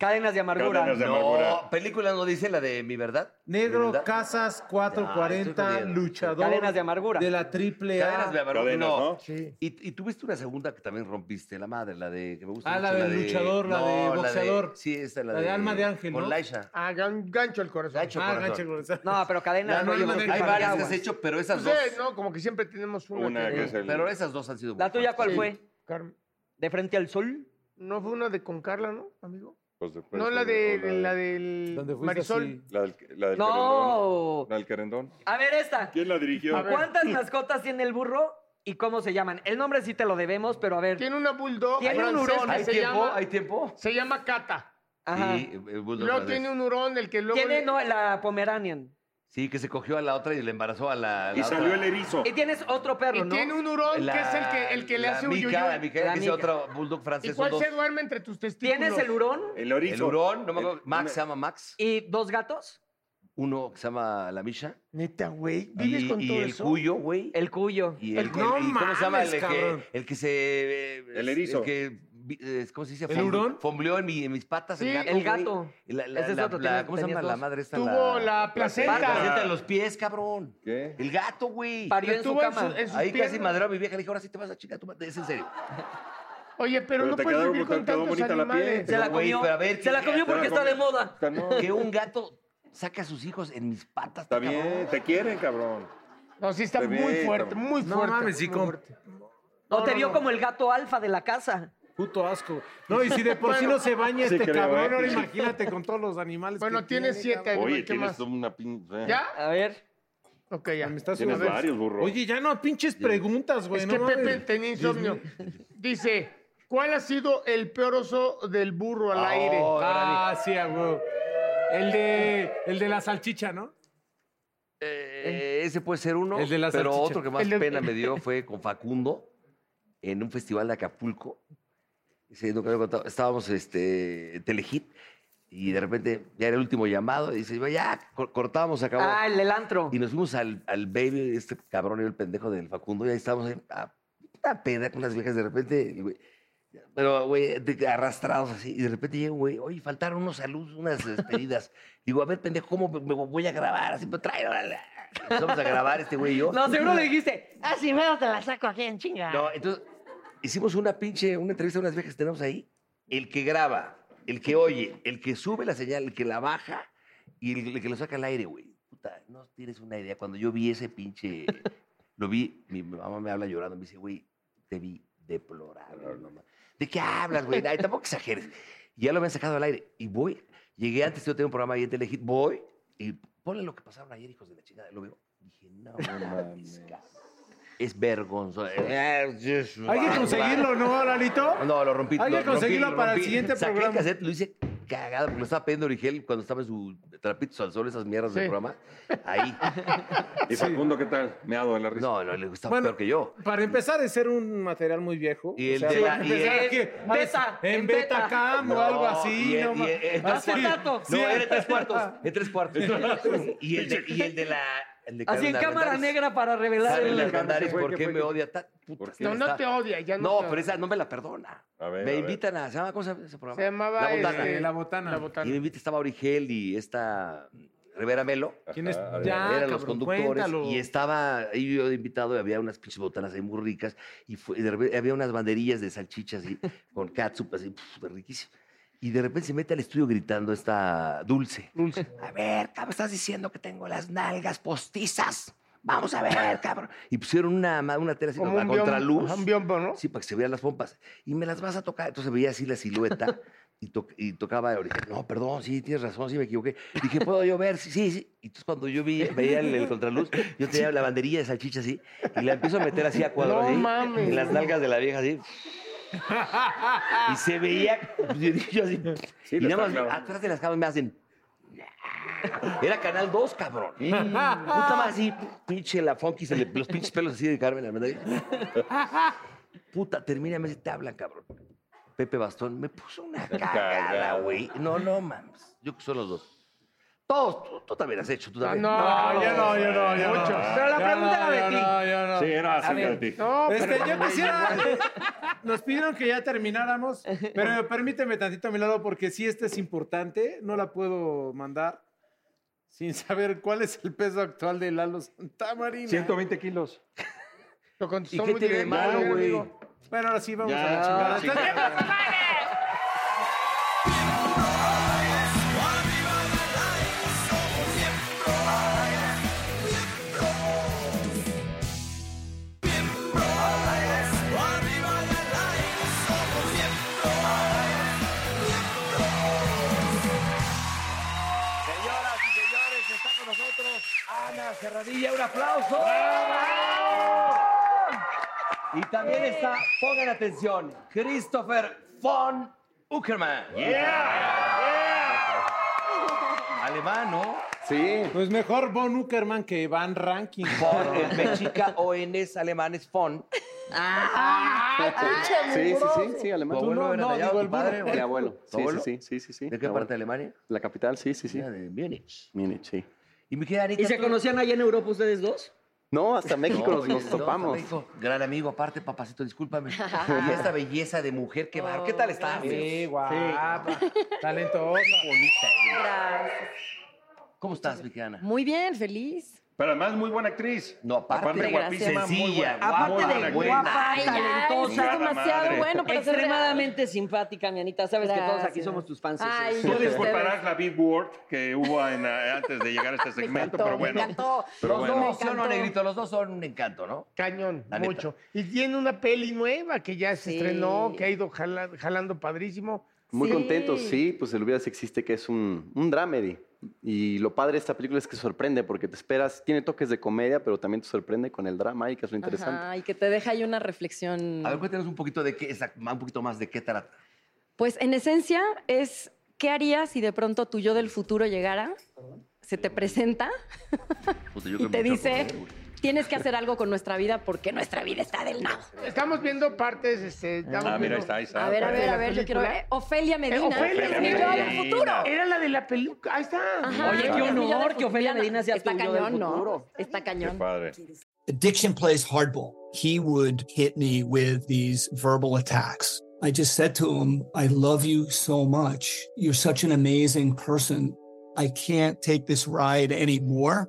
S4: Cadenas de amargura.
S3: Cadenas de
S2: No,
S3: amargura.
S2: película no dice la de mi verdad. ¿Mi
S1: Negro
S2: verdad?
S1: Casas
S2: Ya,
S1: 440,
S2: estoy jodiendo.
S1: luchador.
S4: Cadenas de amargura.
S1: De la triple A.
S2: Cadenas de amargura.
S3: Cadenas,
S2: no.
S3: ¿no?
S1: Sí.
S2: Y, y tuviste una segunda que también rompiste, la madre, la de que me gusta.
S1: Ah, la
S2: mucho,
S1: del luchador, la de
S2: no,
S1: boxeador.
S2: sí, esta, la,
S1: La de Alma de Ángel,
S2: Con
S1: ¿no?
S2: Laisha.
S5: Ah, gan- gancho el corazón.
S2: Gancho.
S1: Ah,
S2: corazón.
S1: gancho, corazón.
S4: No, pero
S1: La
S4: cadenas
S1: no
S4: rollo
S1: hay manera.
S2: Hay
S4: Parque
S2: varias que
S4: Aguas.
S2: has hecho, pero esas
S5: Pues,
S2: dos.
S5: eh, no, como que siempre tenemos una.
S3: Una que es el...
S2: Pero esas dos han sido. muy
S4: ¿La tuya
S2: fuertes.
S4: cuál fue?
S5: Carmen,
S4: ¿De frente al sol?
S5: No fue una de con Carla, ¿no, amigo?
S3: pues, después
S5: No, la de,
S3: o
S5: la
S3: de-
S5: del
S1: Donde fuiste
S5: Marisol.
S1: así.
S3: La del, la del querendón.
S4: No.
S3: La del querendón.
S4: A ver esta.
S3: ¿Quién la dirigió?
S5: A ver.
S4: ¿Cuántas mascotas tiene el burro y cómo se llaman? El nombre sí te lo debemos, pero a ver.
S5: Tiene una bulldog
S4: Tiene
S5: francés
S4: un hurón.
S5: que
S2: ¿Hay
S5: se
S2: tiempo?
S5: llama,
S2: ¿Hay tiempo?
S5: se llama Cata.
S4: Ajá.
S2: Sí, el bulldog
S5: Luego
S2: francés.
S5: tiene un hurón del que luego...
S4: Tiene
S5: le-
S4: no, la Pomeranian.
S2: Sí, que se cogió a la otra y le embarazó a la.
S3: Y
S2: la
S3: salió
S2: otra.
S3: el erizo.
S4: Y tienes otro perro,
S5: Y
S4: ¿no?
S5: tiene un hurón que es el que, el que le
S2: la
S5: hace un
S2: mica, La mica,
S4: La
S2: que es
S4: mica.
S2: otro bulldog francés.
S5: ¿Y
S2: son
S5: cuál
S2: dos.
S5: se duerme entre tus testículos?
S4: Tienes el hurón
S3: El erizo.
S2: El hurón, no me acuerdo.
S3: El-
S2: Max se llama Max.
S4: y dos gatos.
S2: Uno que se llama La Misha.
S5: Neta, güey. ¿Vives
S2: Y,
S5: con
S2: y
S5: todo
S2: el
S5: eso?
S2: cuyo, güey.
S4: El cuyo.
S2: Y
S5: El
S2: el,
S5: cuyo.
S2: el- y
S1: No
S2: ¿Cómo se llama? El,
S1: mames,
S2: que,
S1: cabrón.
S2: el que se. eh,
S3: El erizo.
S2: que. vi- eh, ¿Cómo se dice?
S1: ¿El
S2: Fom-
S1: hurón?
S2: Fombleó en, mi- en mis patas.
S5: Sí,
S2: el gato.
S4: el
S2: güey.
S4: gato.
S2: La- la-
S4: Ese es
S2: la-
S4: otro,
S2: la-
S4: tenías-
S2: ¿Cómo se llama
S4: tenías
S2: la
S4: dos.
S2: madre esta?
S5: Tuvo la
S2: La placenta
S5: placenta.
S2: de los pies, cabrón.
S3: ¿Qué?
S2: El gato, güey.
S4: Parió en su
S5: Estuvo en
S4: cama.
S5: su- en sus
S2: Ahí casi
S5: piernas.
S2: madreó a mi vieja. Le dije, ahora sí te vas a chingar tu madre. Es en serio.
S5: Oye, pero,
S3: Pero
S5: no
S3: te
S5: puedes
S3: quedó
S5: vivir
S3: bonita-
S5: con
S3: quedó
S5: tantos
S3: bonita la piel.
S5: animales.
S4: Se la
S2: Pero, güey,
S4: comió.
S2: pero a ver,
S4: se la
S2: ¿qué-
S4: comió
S3: Se la
S4: porque está de
S3: comió.
S4: moda.
S3: Está, no,
S2: que un gato saca a sus hijos en mis patas.
S3: está
S2: cabrón.
S3: bien, te quieren, cabrón.
S5: No, sí está
S3: Te
S5: muy
S3: ve,
S5: fuerte,
S3: cabrón.
S5: muy fuerte.
S1: No mames, sí,
S5: muy
S1: con-
S5: fuerte.
S4: No,
S5: No,
S4: te
S5: no,
S4: vio
S5: no.
S4: como el gato alfa de la casa.
S1: Puto asco. No, y si de por sí no se baña
S3: sí
S1: este
S3: creo,
S1: cabrón,
S3: ¿eh?
S1: ahora imagínate con todos los animales.
S5: Bueno,
S1: que
S5: tiene siete.
S1: cabrón.
S5: Oye,
S3: Oye,
S5: ¿qué
S3: tienes
S5: más?
S3: una eh. pinza.
S5: ¿Ya?
S4: A ver.
S5: Ok, ya.
S1: Me estás
S3: Tienes
S1: sudando.
S3: varios, burro.
S1: Oye, ya no pinches preguntas, güey.
S5: Es
S1: no
S5: que
S1: mames.
S5: Pepe tenía insomnio. Dice, ¿cuál ha sido el peor oso del burro al aire?
S1: Ah, sí, a huevo. El de, el de la salchicha, ¿no?
S2: Eh, ese puede ser uno.
S1: El de la
S2: pero
S1: salchicha.
S2: otro que más
S5: El de-
S2: pena me dio fue con Facundo en un festival de Acapulco. Ese nunca lo he contado. Estábamos este, en Telehit y de repente ya era el último llamado. Y dice, ya, co- cortamos, se acabó.
S4: Ah, el del antro.
S2: Y nos fuimos al, al baby, este cabrón y el pendejo del Facundo, y ahí estábamos ahí, a una peda con las viejas, de repente, el güey, pero, güey, de- arrastrados así, y de repente llega un güey, oye, faltaron unos saludos, unas despedidas. Digo, a ver, pendejo, ¿cómo me me voy a grabar? Así, pues trae, órale. Empezamos a grabar este güey y yo.
S4: No, seguro le dijiste.
S10: Ah, si veo, te la saco aquí en chinga.
S2: No, entonces hicimos una pinche, una entrevista a unas viejas que tenemos ahí. El que graba, el que oye, el que sube la señal, el que la baja y el, el que lo saca al aire, güey. Puta, no tienes una idea. Cuando yo vi ese pinche, lo vi, mi mamá me habla llorando, me dice, güey, te vi deplorable, mamá. ¿De qué hablas, güey? Ay, tampoco exageres. Y ya lo habían sacado al aire. Y voy, llegué antes, yo tenía un programa ahí en Telehit, voy y ponle lo que pasaron ayer, hijos de la chingada. Lo veo. Dije, no, mames, cabrón. Es vergonzoso. Ah,
S1: Hay
S2: Hay
S1: que conseguirlo, ¿no, Lalito?
S2: No, lo rompí.
S1: Hay
S2: lo
S1: que
S2: rompí,
S1: conseguirlo
S2: lo
S1: para el
S2: rompí.
S1: siguiente
S2: Saqué el
S1: programa.
S2: cassette, lo hice cagado, porque lo estaba pidiendo Origel cuando estaba en su trapito al sol, esas mierdas del
S5: Sí.
S2: programa. Ahí.
S3: ¿Y Facundo qué tal? Me de la risa.
S2: No, no, le gustaba
S1: Bueno,
S2: peor que yo.
S1: Para empezar, es ser un material muy viejo.
S2: Y el
S1: O sea,
S2: de la-
S1: para
S2: y el-
S1: empezar, ¿qué?
S4: en beta,
S1: En
S4: en beta.
S1: Betacam o algo así.
S2: y el-
S1: no
S2: y
S1: ma-
S2: el- el-
S1: así.
S4: acetato.
S2: No,
S1: Sí,
S2: era en tres cuartos. En tres cuartos. y, el de, y el de la. el de
S4: Así en
S2: Carmen
S4: cámara
S2: Armendáriz.
S4: negra para revelar
S2: Carmen
S4: el.
S2: Armendáriz,
S3: fue,
S2: ¿por
S3: qué
S2: qué
S3: fue,
S2: me
S3: qué-
S2: odia tan? Puta,
S3: ¿Por qué?
S2: está-
S5: No, no te odia, ya no.
S2: No,
S5: te
S2: pero
S5: odia.
S2: esa no me la perdona.
S3: A ver,
S2: me
S3: a ver.
S2: invitan a. ¿Se llama cómo se llama ese programa?
S5: Se llamaba,
S2: La Botana.
S5: este,
S1: Eh, La botana.
S5: La
S2: Y
S5: botana.
S2: me invita, estaba Origel y esta mm, Rivera Melo.
S1: ¿Quién es?
S3: Ajá,
S1: Ya,
S2: eran los
S1: cabrón,
S2: conductores
S1: cuéntalo.
S2: y estaba ahí yo de invitado y había unas pinches botanas ahí muy ricas y, fue- y de repente había unas banderillas de salchichas y con catsup así pf, riquísimo y de repente se mete al estudio gritando esta dulce
S5: Dulce.
S2: a ver cabrón estás diciendo que tengo las nalgas postizas vamos a ver cabrón y pusieron una ma- una tela así
S5: Como
S2: a
S5: un biombo,
S2: contraluz
S5: ajá, un biombo, ¿no?
S2: Sí, para que se vean las pompas. Y me las vas a tocar. Entonces veía así la silueta y, toc- y tocaba ahorita. No, perdón, sí, tienes razón, sí me equivoqué. Dije, ¿puedo yo ver? Sí, sí, sí. Y entonces cuando yo vi, veía el, el contraluz, yo tenía la banderilla de salchicha así, y la empiezo a meter así a cuadro,
S5: No
S2: así,
S5: mames.
S2: en las nalgas de la vieja, así.
S11: Ah.
S2: Y se veía, pues, yo, yo así, y
S3: lo
S2: nada más
S3: está grabando.
S2: atrás de las cámaras me hacen. Era Canal 2, cabrón. Puta más así, pinche la funky, se le- los pinches pelos así de Carmen, la verdad. Puta, termina, me dice, te hablan, cabrón. Pepe Bastón me puso una cagada,
S3: cagada.
S2: güey. No, no, mames. Yo que son los dos. Todos, tú, tú también has hecho, tú también.
S5: no,
S1: yo no, yo no, yo no.
S5: Muchos. Pero la
S1: Yo
S5: pregunta
S1: no,
S5: era de
S1: yo
S5: ti.
S1: No, yo no.
S3: Sí, era acerca de
S4: ver.
S3: ti.
S5: No,
S1: Este,
S5: pero-
S1: yo quisiera. Nos pidieron que ya termináramos, pero permíteme tantito a mi lado porque sí, esta es importante. No la puedo mandar sin saber cuál es el peso actual de Lalo Santamarina.
S3: 120 kilos.
S5: Lo
S2: ¿Y
S5: contestó
S2: qué
S5: muy
S2: tiene de
S5: directo.
S2: malo,
S5: amigo.
S2: güey?
S1: Bueno, ahora sí, vamos
S3: Ya,
S1: a la chingada.
S3: la chingada.
S1: Entonces, ¡miembros al aire!
S2: Señoras y señores, está con nosotros Ana Cerradilla. ¡Un aplauso!
S7: Y también está, pongan atención, Christopher von Uckerman.
S2: Alemán, ¿no?
S3: Sí.
S1: Pues mejor Von Uckerman que Van Ranking.
S2: Von, el mexica o en es alemán es Von.
S12: Ah, Sí, sí, sí, sí,
S2: Tu
S12: alemán.
S2: abuelo
S1: no,
S2: era
S1: no,
S2: de allá,
S1: digo,
S2: o tu
S1: el
S2: padre.
S1: burro.
S12: Mi
S2: o-
S12: abuelo.
S2: ¿Tu
S12: Sí,
S2: abuelo?
S12: sí, sí, sí, sí, sí.
S2: ¿De qué
S12: Mi
S2: parte de
S12: abuelo.
S2: Alemania?
S12: La capital, sí, sí, sí.
S2: Era de Múnich.
S12: Múnich, sí.
S2: Y mi querida Anita.
S4: ¿Y se
S2: tú-
S4: conocían allá en Europa ustedes dos?
S12: No, hasta México
S2: No,
S12: nos,
S2: oye,
S12: nos
S2: no,
S12: topamos.
S2: México. Gran amigo, aparte, papacito, discúlpame. Y esta belleza de mujer, qué bar. ¿Qué tal está?
S1: Sí, guapa. Talentosa.
S2: ¿Cómo estás, mi querida Ana?
S13: Muy bien, feliz.
S3: Pero además, muy buena actriz.
S2: No, aparte,
S3: aparte guapísima, muy
S2: sencilla,
S3: buena.
S2: guapa,
S3: muy
S4: Aparte de
S3: buena actriz.
S4: guapa,
S13: Ay, ya,
S4: talentosa,
S13: eres demasiado
S3: madre.
S13: bueno para ser real.
S4: extremadamente simpática, mi Anita. Sabes que todos aquí
S13: Gracias.
S4: somos tus fans.
S13: Ay,
S3: Tú
S13: yo de
S3: disculparás
S13: ustedes.
S3: la big word que hubo en, eh, antes de llegar a este
S13: Me
S3: segmento,
S13: encantó,
S3: pero
S13: me
S3: bueno.
S13: encantó.
S3: Pero
S2: Los
S3: bueno.
S2: dos, ¿sí o no,
S13: encantó.
S2: negrito? Los dos son un encanto, ¿no?
S5: Cañón,
S2: La neta.
S5: mucho. Y tiene una peli nueva que ya se
S13: Sí.
S5: estrenó, que ha ido jala- jalando padrísimo.
S12: Muy
S13: Sí.
S12: contentos, sí, pues el Hubieras existe que es un, un dramedy. Y lo padre de esta película es que sorprende porque te esperas, tiene toques de comedia, pero también te sorprende con el drama y que es lo interesante.
S13: Ajá, y que te deja ahí una reflexión.
S2: A ver, cuéntanos un poquito de qué, exact- un poquito más de qué trata.
S13: Pues en esencia es, ¿qué harías si de pronto tu yo del futuro llegara? Se te presenta
S2: Puta, yo
S13: y
S2: creo que
S13: te
S2: me echó a
S13: dice,
S2: correr, güey.
S13: tienes que hacer algo con nuestra vida porque nuestra vida está del nabo.
S5: Estamos viendo partes, este... estamos
S3: Ah, mira,
S5: viendo-
S3: ahí está, ahí está.
S13: A ver, a
S5: ¿parte de
S13: ver,
S5: la
S13: a ver, yo quiero eh,
S5: película? Eh,
S13: ver. Ofelia Medina,
S5: Ofelia
S13: es mi yo del
S3: Medina.
S13: futuro.
S5: Era la de la peluca, ahí está.
S13: Ajá,
S4: Oye, qué
S13: es mi yo del
S4: honor que
S13: futuro.
S4: Ofelia Medina sea
S13: Está
S4: tu yo del
S13: cañón, ¿no?
S4: futuro.
S13: Está
S3: Qué
S13: cañón.
S3: padre.
S14: addiction plays hardball. He would hit me with these verbal attacks. I just said to him, I love you so much. You're such an amazing person. I can't take this ride anymore.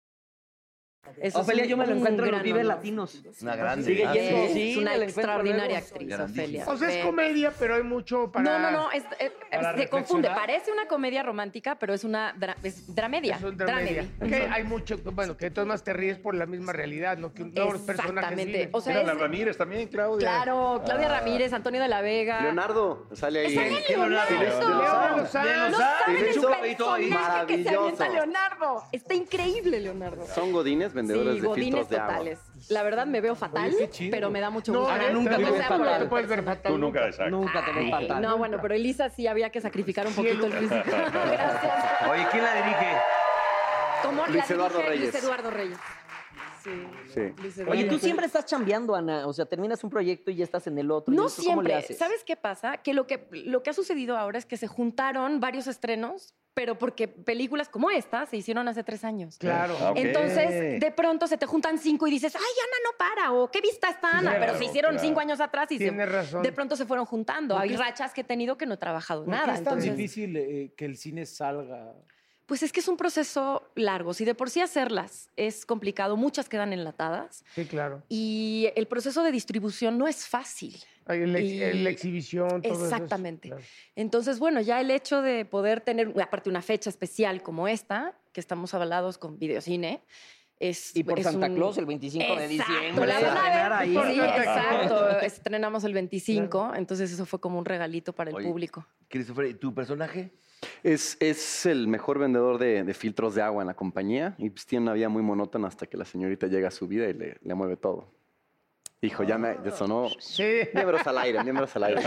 S13: Eso es
S4: Ofelia,
S13: un-
S4: yo me lo
S13: un
S4: encuentro en los
S13: gran
S4: Vive
S13: honor.
S4: Latinos.
S2: Una grande.
S4: Sigue
S2: ¿verdad?
S4: yendo.
S13: Sí,
S4: Sí,
S13: es una
S4: me la encuentro
S13: extraordinaria
S4: luego.
S13: actriz,
S2: Grandísima.
S13: Ofelia.
S5: O sea, es
S13: Ve.
S5: comedia, pero hay mucho para...
S13: No, no, no, es- eh,
S5: para
S13: se confunde.
S5: reflexionar.
S13: Parece una comedia romántica, pero es una dra- es dramedia.
S5: Es un dramedia.
S13: Dramedy.
S5: Que hay mucho, bueno, que todas más te ríes por la misma realidad, ¿no? Que no los personajes
S13: Exactamente.
S5: viven.
S13: O sea,
S3: Mira, la
S13: es-
S3: Ramírez también, Claudia. Ah.
S13: claro, Claudia Ramírez, Antonio de la Vega.
S12: Leonardo, sale ahí.
S13: ¡Sale
S2: ¿Qué Leonardo?
S5: Leonardo Lozano.
S13: Leonardo! No
S2: Lozano.
S13: saben
S2: Y
S13: el
S2: Lucho Benito ahí.
S13: personaje que se avienta
S12: Maravilloso.
S13: Leonardo. Está increíble, Leonardo.
S12: Son godines vendedores
S13: Sí,
S12: de
S13: godines
S12: filtros de agua.
S13: totales. La verdad me veo fatal,
S1: Oye, qué chido.
S13: pero me da mucho
S5: No,
S13: gusto.
S5: Ana,
S2: eh,
S13: que
S5: nunca
S13: no
S5: te ves
S13: sea
S5: fatal.
S13: una
S5: Tú puedes ver fatal.
S3: Tú nunca, exacto.
S4: Nunca te ves
S13: Ay,
S4: fatal.
S13: No, bueno, pero Elisa sí había que sacrificar un poquito el físico. Gracias.
S2: Oye, ¿quién la dirige?
S13: ¿Cómo la
S12: Luis Eduardo
S13: dirige
S12: Reyes.
S13: Luis Eduardo Reyes. Sí. pues,
S12: Sí.
S7: Oye, tú siempre estás chambeando, Ana. O sea, terminas un proyecto y ya estás en el otro. ¿Y
S13: No
S7: eso ¿Cómo le
S13: siempre.
S7: haces?
S13: ¿Sabes qué pasa? Que lo, que lo que ha sucedido ahora es que se juntaron varios estrenos, pero porque películas como esta se hicieron hace tres años.
S5: Claro. Ah, ok.
S13: Entonces, de pronto se te juntan cinco y dices, ay, Ana no para, o qué vista está Ana,
S5: Claro,
S13: pero se hicieron
S5: claro.
S13: cinco años atrás y se-
S1: Tienes razón.
S13: de pronto se fueron juntando.
S1: ¿Por
S13: Hay
S1: qué es-
S13: rachas que he tenido que no he trabajado
S1: ¿Por qué
S13: Pues nada.
S1: es tan
S13: entonces-
S1: difícil eh, que el cine salga?
S13: Pues es que es un proceso largo. Si de por sí hacerlas es complicado, muchas quedan enlatadas.
S5: Sí, claro.
S13: Y el proceso de distribución no es fácil.
S5: Ay, el ex-
S13: Y-
S5: el- La exhibición, todo eso es-
S13: Exactamente.
S5: claro.
S13: Entonces, bueno, ya el hecho de poder tener, aparte, una fecha especial como esta, que estamos avalados con videocine, es.
S7: Y por
S13: es
S7: Santa
S13: un-
S7: Claus, el 25 de
S13: Exacto,
S7: diciembre.
S13: la
S7: Se
S13: van a ver.
S7: estrenar ahí.
S13: Sí, exacto. Estrenamos el 25, entonces eso fue como un regalito para el
S12: Oye,
S13: público.
S12: Christopher, ¿y tu personaje? Es, es el mejor vendedor de, de filtros de agua en la compañía y pues tiene una vida muy monótona hasta que la señorita llega a su vida y le, le mueve todo. Dijo, ya
S13: Ah.
S12: me ya sonó.
S5: Sí.
S12: Miembros al aire, miembros al aire.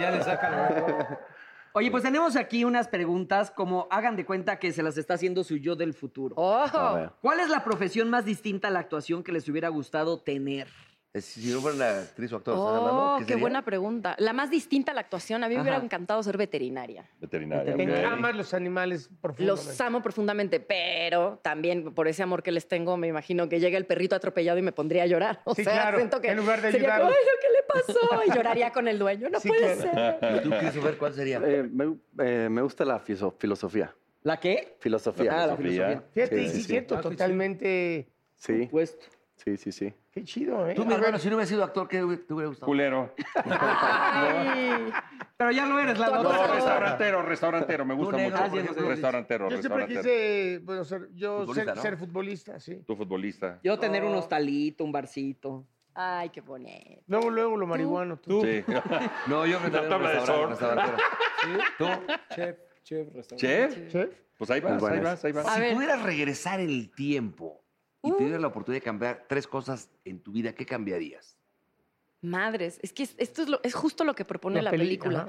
S1: ya le sacan.
S7: Oye, pues tenemos aquí unas preguntas como hagan de cuenta que se las está haciendo su yo del futuro.
S13: Oh.
S2: A ver.
S7: ¿Cuál es la profesión más distinta a la actuación que les hubiera gustado tener?
S2: Es- Si no fueran actriz o actor, ¿están hablando?
S13: Oh,
S2: ¿Qué
S13: qué,
S2: sería?
S13: buena pregunta. La más distinta a la actuación, a mí me hubiera
S2: Ajá.
S13: encantado ser veterinaria.
S2: Veterinaria.
S5: Me
S2: ok.
S5: amas los animales profundamente.
S13: Los amo profundamente, pero también por ese amor que les tengo, me imagino que llega el perrito atropellado y me pondría a llorar. O
S5: Sí,
S13: sea,
S5: claro,
S13: siento que
S5: en lugar de
S13: sería como,
S5: ayudarlo.
S13: "Ay, no, ¿qué le pasó? Y lloraría con el dueño. No puede ser.
S12: ¿Y tú,
S2: Christopher, cuál sería?
S12: me, eh, me gusta la fiso- filosofía.
S7: ¿La qué?
S12: Filosofía.
S7: Ah, la filosofía.
S5: Fíjate, y
S12: Sí, sí,
S5: sí, es
S12: Ah, sí.
S5: cierto, totalmente.
S12: Sí.
S7: Supuesto.
S12: Sí, sí, sí.
S5: Qué chido, ¿eh?
S2: Tú, mi hermano, si no hubieras sido actor, ¿qué hubie- te hubiera gustado? Culero.
S7: Pero ya lo eres, la
S3: No,
S7: otra.
S3: restaurantero, restaurantero, me gusta
S7: Tú, negro.
S3: mucho.
S7: Ah, sí, no, no, no.
S3: Restaurantero,
S5: Yo siempre
S3: restaurantero.
S5: quise, bueno, ser, yo
S3: Futbolista,
S5: ser,
S3: ¿no?
S5: ser futbolista, sí.
S3: Tu futbolista.
S7: Yo tener
S5: Oh.
S7: un hostalito, un barcito.
S13: Ay, qué bonito.
S5: Luego, luego lo marihuano, tú.
S2: Sí. No, yo me
S3: Una
S2: traía un
S3: tabla de
S2: restaurante,
S3: surf.
S2: restaurantero. ¿Tú?
S1: Chef, chef, restaurante.
S2: ¿Chef?
S3: Pues ahí vas, ahí vas, ahí vas.
S2: Si pudieras regresar en el tiempo y tuvieras la oportunidad de cambiar tres cosas en tu vida, ¿qué cambiarías?
S13: Madres, es que es- esto es, lo- es justo lo que propone
S2: La
S13: la,
S2: peli,
S13: película.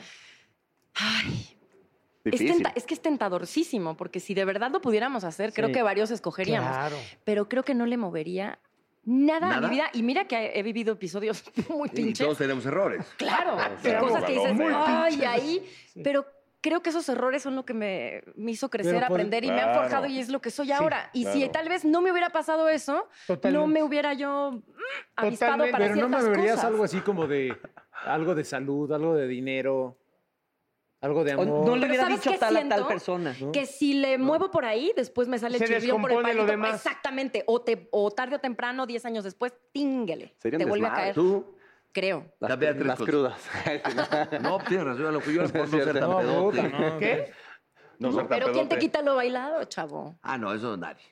S2: ajá.
S13: Es, tenta- es que es tentadorcísimo, porque si de verdad lo pudiéramos hacer, creo
S7: Sí.
S13: que varios escogeríamos.
S7: Claro.
S13: Pero creo que no le movería nada, a
S2: ¿Nada?
S13: mi vida. Y mira que he, he vivido episodios muy
S2: Y
S13: pinches.
S2: todos tenemos errores.
S13: Claro,
S2: Sí,
S13: hay cosas
S2: claro,
S13: que dices,
S2: muy
S13: ay,
S2: pinches".
S13: ahí, pero creo que esos errores son lo que me, me hizo crecer,
S5: Pero por-
S13: aprender y me han
S5: Claro.
S13: forjado y es lo que soy
S5: Sí,
S13: ahora. Y si
S5: claro.
S13: tal vez no me hubiera pasado eso, no
S1: Totalmente.
S13: me hubiera yo mm, avispado para
S1: Pero no me
S13: ciertas
S1: verías
S13: cosas.
S1: algo así como de algo de salud, algo de dinero, algo de amor.
S7: no le
S13: Pero
S7: hubiera
S13: ¿sabes
S7: dicho
S13: qué
S7: tal a
S13: siento?
S7: tal persona.
S13: Que si le muevo por ahí, después me sale
S7: Se
S13: chirrión por el
S7: descompone
S13: palito.
S7: lo demás.
S13: Exactamente. O, te, o tarde o temprano, 10 años después, tíngale.
S12: Sería un
S13: te vuelve a
S12: desmadre.
S13: caer.
S2: Tú,
S13: Creo.
S2: Cambiar tres
S12: las
S2: cosas.
S12: crudas.
S2: No, tienes razón, a lo que yo era por no ser tan
S12: No,
S2: pedote.
S12: puta, no.
S5: ¿Qué?
S2: No ser tan
S13: Pero ¿quién te
S2: pedote.
S13: quita lo bailado, chavo? ¿Ah?
S2: Ah, no, eso nadie.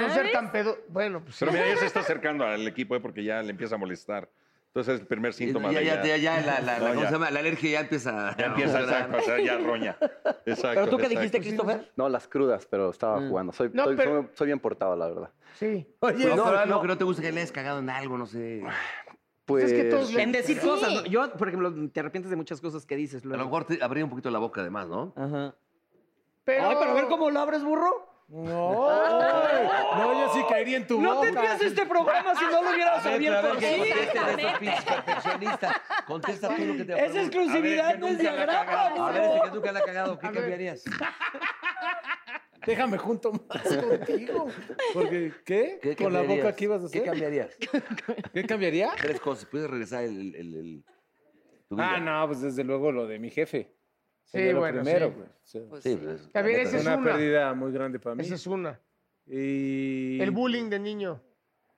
S5: No ser tan pedo. Bueno, pues.
S3: Pero mira, ya se está acercando al equipo, ¿eh? porque ya le empieza a molestar. Entonces, el primer síntoma
S2: Ya,
S3: de
S2: ya, ya, ya, la, la,
S3: No,
S2: la- ¿cómo
S3: ya.
S2: se llama? La alergia ya empieza a
S3: Ya empieza exacto, o sea, ya roña. Exacto.
S12: ¿Pero tú qué
S3: exacto.
S12: dijiste,
S7: Christopher?
S12: No, las crudas, pero estaba
S7: Mm.
S12: jugando. Soy,
S2: No,
S12: soy-
S2: pero-
S12: soy- soy bien portado, la verdad.
S5: Sí.
S12: No,
S2: Oye, Pues no,
S12: pero
S2: algo
S12: no.
S2: que no te gusta que le hayas cagado en algo, no sé.
S12: Pues,
S7: En decir
S2: Sí.
S7: cosas. ¿no? Yo, por ejemplo, te arrepientes de muchas cosas que dices.
S2: A lo mejor te abría un poquito la boca además, ¿no?
S7: Ajá.
S5: Pero... Ah,
S7: Ay, pero a ver cómo lo abres, burro.
S1: No, no, yo sí caería en tu
S7: No
S1: boca.
S7: tendrías este
S5: Ah,
S7: programa si no lo hubieras
S1: Vete,
S7: abierto.
S1: a ver, que conteste de esos
S2: Contesta tú lo que te
S7: Es exclusividad, no es diagrama,
S2: A ver,
S7: no.
S2: este que nunca la ha cagado, ¿qué cambiarías?
S1: Déjame junto más contigo. Porque, ¿qué?
S2: ¿Qué
S1: ¿Con la
S2: cambiarías?
S1: boca qué ibas a hacer?
S2: ¿Qué cambiarías?
S1: ¿Qué cambiaría?
S2: Tres cosas. ¿Puedes regresar el, el- el- tu vida?
S1: Ah, no, pues desde luego lo de mi jefe.
S5: Sí,
S1: Sería lo
S5: bueno,
S1: primero,
S5: sí.
S1: güey.
S2: Sí, pues,
S5: A ver,
S2: la
S5: esa
S2: neta,
S5: es
S1: una,
S5: una.
S1: pérdida muy grande para mí.
S5: Esa es una.
S1: Y...
S5: El bullying de niño.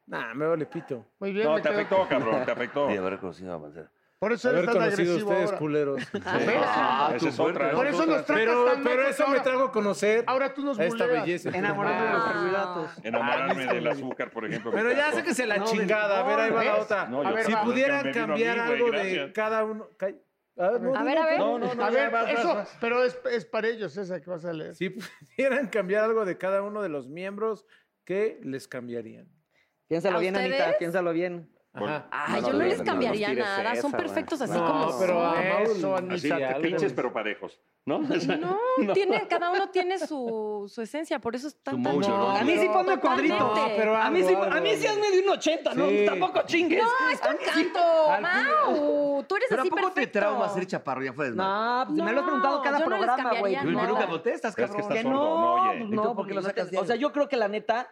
S1: Nah, me vale pito.
S5: Muy bien, No, me te quedo afectó, con- cabrón, te
S2: afectó. Sí, haber conocido a Mancera.
S5: Por eso eres
S1: Haber
S5: tan
S1: conocido a
S5: agresivo
S1: ustedes,
S5: ahora.
S1: culeros.
S5: Ah,
S3: esa es
S2: ¿eh?
S3: otra,
S5: Por eso nos tratas
S1: Pero,
S5: tan
S1: pero
S5: machos
S1: eso me
S5: ahora.
S1: trago a conocer
S5: Ahora tú nos
S1: a esta
S5: buleas. Ah.
S1: belleza.
S5: Enamorado de los carbohidratos.
S3: Enamorarme del azúcar, por ejemplo.
S1: Pero ya sé que se la chingada. A ver, ahí va la otra.
S3: No, yo-
S1: si
S3: me
S1: pudieran
S3: vino a mí,
S1: cambiar
S3: güey,
S1: algo de
S3: gracias.
S1: cada uno. ca- A ver,
S13: A ver, a ver. No, no, no,
S5: a
S13: ya,
S5: ver,
S13: vas, vas,
S5: eso,
S13: vas.
S5: pero es, es para ellos esa que vas a leer.
S1: Si pudieran cambiar algo de cada uno de los miembros, ¿qué les cambiarían?
S7: Piénsalo
S1: ¿A
S7: bien,
S1: ustedes?
S7: Anita, piénsalo bien.
S13: Ay, yo no les cambiaría nada. Son perfectos así como
S3: pero
S13: son.
S3: a Mauro-
S1: Eso, Anita,
S3: Así, te
S1: algo
S3: pinches,
S1: nos-
S3: pero parejos. ¿No?
S13: No, tiene- cada uno tiene su, su esencia, por eso está tan...
S4: a mí sí ponme cuadrito.
S13: Totalmente.
S4: a mí sí, a mí sí hazme de un 80,
S2: Sí.
S4: ¿no? Tampoco chingues.
S13: No, es por canto. Mau, tú eres
S2: Pero
S13: así
S2: ¿a poco te
S13: perfecto.
S2: trauma ser chaparro? Ya fue
S7: No, pues me lo has
S13: No,
S7: preguntado cada
S13: yo no les
S7: programa, güey.
S13: cambiaría
S2: Pero nunca
S7: nada.
S2: contestas,
S7: Crees
S2: cabrón.
S7: que
S2: no,
S7: no,
S2: oye.
S7: pues no, porque no te- O sea, yo creo que la neta,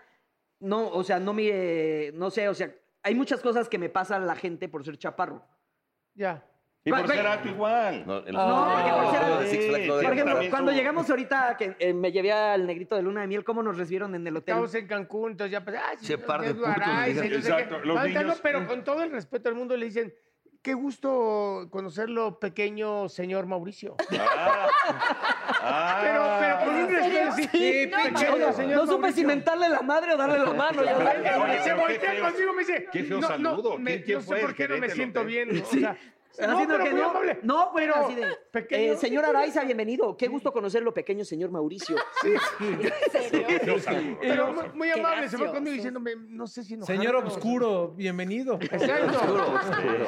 S7: no, o sea, no me, no sé, o sea, hay muchas cosas que me pasan a la gente por ser chaparro.
S5: Ya.
S3: Y por
S7: Güey,
S3: ser alto igual.
S2: No, el-
S7: No, porque por ser alto-
S2: Six Flags no
S7: Por
S2: debería
S7: ejemplo,
S2: entrar.
S7: cuando llegamos ahorita que eh, me llevé al negrito de luna de miel, ¿cómo nos recibieron en el hotel?
S5: Estamos en Cancún, entonces ya pues, ay,
S7: Ese par de
S5: Dios
S7: putos,
S5: Garay,
S7: digan.
S5: sí, no sé
S7: Exacto,
S5: qué.
S7: los
S5: Ahorita
S7: niños- mm.
S5: no, pero con todo el respeto del mundo le dicen, qué gusto conocerlo, pequeño señor Mauricio.
S7: Ah.
S5: pero, pero con un respeto, sí, sí,
S7: no,
S5: pequeño
S7: no, no
S5: señor
S7: supe si
S5: Mauricio.
S7: mentarle la madre o darle la mano. ya
S5: Oye,
S7: sabes.
S5: oye, se voltea consigo y me dice,
S7: qué feo
S5: no,
S7: saludo,
S5: No, me-
S7: ¿quién- quién
S5: no sé
S7: fue?
S5: por qué no me
S7: Gerente,
S5: siento
S7: ¿no?
S5: bien. o
S7: Sí.
S5: sea,
S7: Así no,
S5: pero
S7: que
S5: muy
S7: no.
S5: amable.
S7: No, pero
S5: Pero,
S7: así de,
S5: pequeño-
S7: eh, señor Araiza, bienvenido. Qué gusto conocerlo, pequeño señor Mauricio. Sí,
S1: serio?
S5: Pero muy, muy
S1: Qué
S5: amable, se fue
S1: gracioso.
S5: conmigo diciéndome, no sé si enojarme
S1: Señor
S5: o-
S1: Obscuro, bienvenido.
S5: Exacto.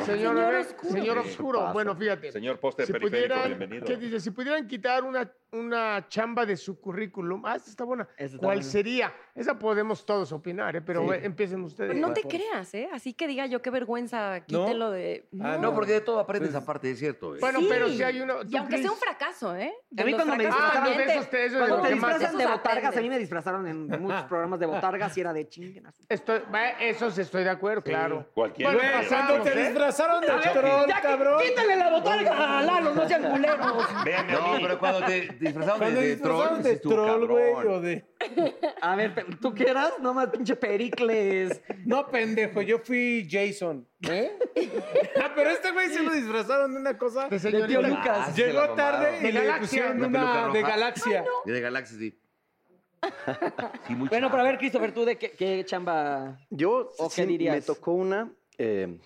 S5: Señor, a ver, señor Obscuro. Bueno, fíjate.
S3: Señor poste
S5: si
S3: periférico,
S5: pudieran,
S3: bienvenido.
S5: ¿qué dice? Si pudieran quitar una, una chamba de su currículum, ah, esta está buena. ¿Cuál
S13: buena.
S5: sería? Esa podemos todos opinar, ¿eh? pero
S2: Sí.
S5: bueno, empiecen ustedes.
S13: No te creas, ¿eh? Así que diga yo, qué vergüenza,
S2: ¿No?
S13: quítelo de...
S2: Ah, no, porque de todo aprendes aparte, es cierto. güey.
S5: Bueno,
S13: Sí.
S5: pero si hay uno...
S13: Y aunque sea un fracaso, ¿eh?
S7: A mí
S13: los
S7: cuando me disfrazaron
S13: fracasos también
S7: de
S13: te-
S7: esos, te-
S5: eso es
S7: cuando
S5: lo
S7: te
S5: que más-
S7: disfrazan de
S5: Esos
S7: botargas, a mí
S5: aprendes.
S7: me disfrazaron en muchos programas de botargas y era de chinguen.
S5: Estoy, va, esos estoy de acuerdo, claro.
S3: Cualquier
S5: Bueno,
S1: Güey,
S5: pasamos,
S1: cuando te
S5: ¿eh?
S1: disfrazaron de
S5: A ver,
S1: troll,
S5: ya,
S1: cabrón.
S5: Quítale la botarga a Lalo, no sean culeros.
S2: Véanme a mí. pero cuando te disfrazaron de-
S1: Cuando
S2: de
S1: disfrazaron
S2: troll,
S1: de
S2: dices tú,
S1: troll, güey,
S2: cabrón.
S1: o de...
S7: A ver, pe- ¿tú qué eras? No más pinche Pericles.
S1: No, pendejo, yo fui Jason. ¿Eh? Ah, pero este güey se lo disfrazaron de una cosa.
S5: De señorita.
S1: tío
S2: Ah, se la
S1: Llegó
S2: mamaron.
S1: tarde
S2: De
S1: y le
S2: Galaxia.
S1: pusieron
S2: La peluca
S1: una de
S2: roja.
S1: galaxia.
S2: Y de Galaxy, sí.
S7: Bueno, pero a ver, Christopher, ¿tú de qué, qué chamba?
S12: Yo
S7: ¿O
S12: sí,
S7: qué dirías?
S12: me tocó una eh,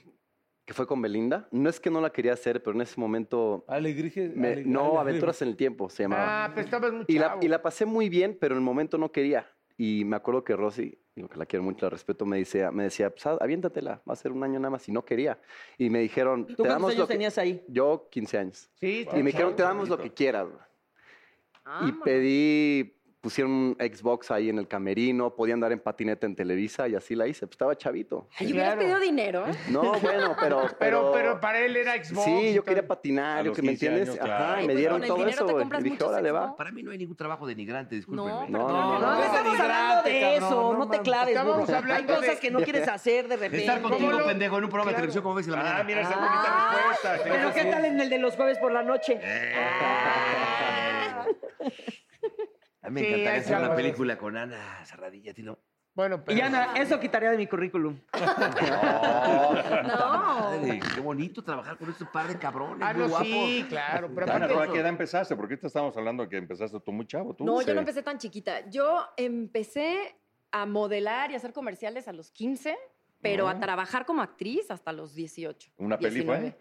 S12: que fue con Belinda. No es que no la quería hacer, pero en ese momento...
S1: Alegrije.
S12: me-
S1: alegre-
S12: no,
S1: alegre.
S12: Aventuras en el Tiempo se llamaba.
S5: Ah, pero estabas muy
S12: y, la,
S5: chavo.
S12: y la pasé muy bien, pero en el momento no quería. Y me acuerdo que Rosy, digo que la quiero mucho, la respeto, me, dice, me decía, pues, ah, aviéntatela, va a ser un año nada más, y no quería. Y me dijeron,
S7: ¿Tú cuántos años tenías ahí?
S12: Yo, 15 años.
S5: Sí,
S12: y me dijeron, te damos lo que quieras. bro".
S13: Ah,
S12: y pedí, pusieron un Xbox ahí en el camerino, podía andar en patineta en Televisa, y así la hice. Pues estaba chavito.
S13: Ay, hubieras pedido dinero.
S12: No, bueno, pero...
S5: Pero, pero para él era Xbox.
S12: Sí,
S5: y
S12: yo
S5: todo.
S12: quería patinar,
S2: A
S12: yo
S2: los
S12: que me
S2: 15
S12: entiendes.
S2: años, claro.
S12: Ajá,
S2: Ay,
S12: me
S2: pues,
S12: dieron
S2: con el
S12: todo
S2: dinero
S12: eso.
S2: te
S12: güey.
S2: compras
S12: Y dije,
S2: muchos
S12: órale, va.
S2: Para mí no hay ningún trabajo denigrante, discúlpeme.
S12: No, No, perdón. no,
S7: No, no estamos hablando de
S1: cabrón,
S7: eso,
S1: no
S7: no, te
S1: mames.
S7: claves.
S1: Estábamos
S7: burro. Hay
S1: hablando
S7: cosas
S1: de-
S7: que no quieres hacer de repente.
S2: Estar contigo,
S7: ¿Cómo no?
S2: pendejo, en un programa de televisión como ves en la mañana.
S3: Ah, mira, esa bonita respuesta.
S7: Pero
S3: claro
S7: ¿qué
S3: que
S7: tal en el de los jueves por la noche?
S2: Eh. A mí me
S7: Sí,
S2: encantaría
S7: ahí
S2: hacer
S7: está.
S2: una película con Ana Cerradilla, tío.
S5: Bueno,
S7: Y Ana, eso quitaría de mi currículum.
S2: Puta madre, Qué bonito trabajar con este par de cabrones.
S5: Ah,
S2: muy
S5: no,
S2: guapos.
S5: sí, claro. Pero
S3: Ana,
S5: aparte,
S3: ¿tú ¿a qué edad empezaste? Porque ahorita estábamos hablando que empezaste tú muy chavo. Tú.
S13: No, yo no empecé tan chiquita. Yo empecé a modelar y a hacer comerciales a los 15, pero
S3: Ah.
S13: a trabajar como actriz hasta los 18.
S3: Una peli fue.
S13: 19.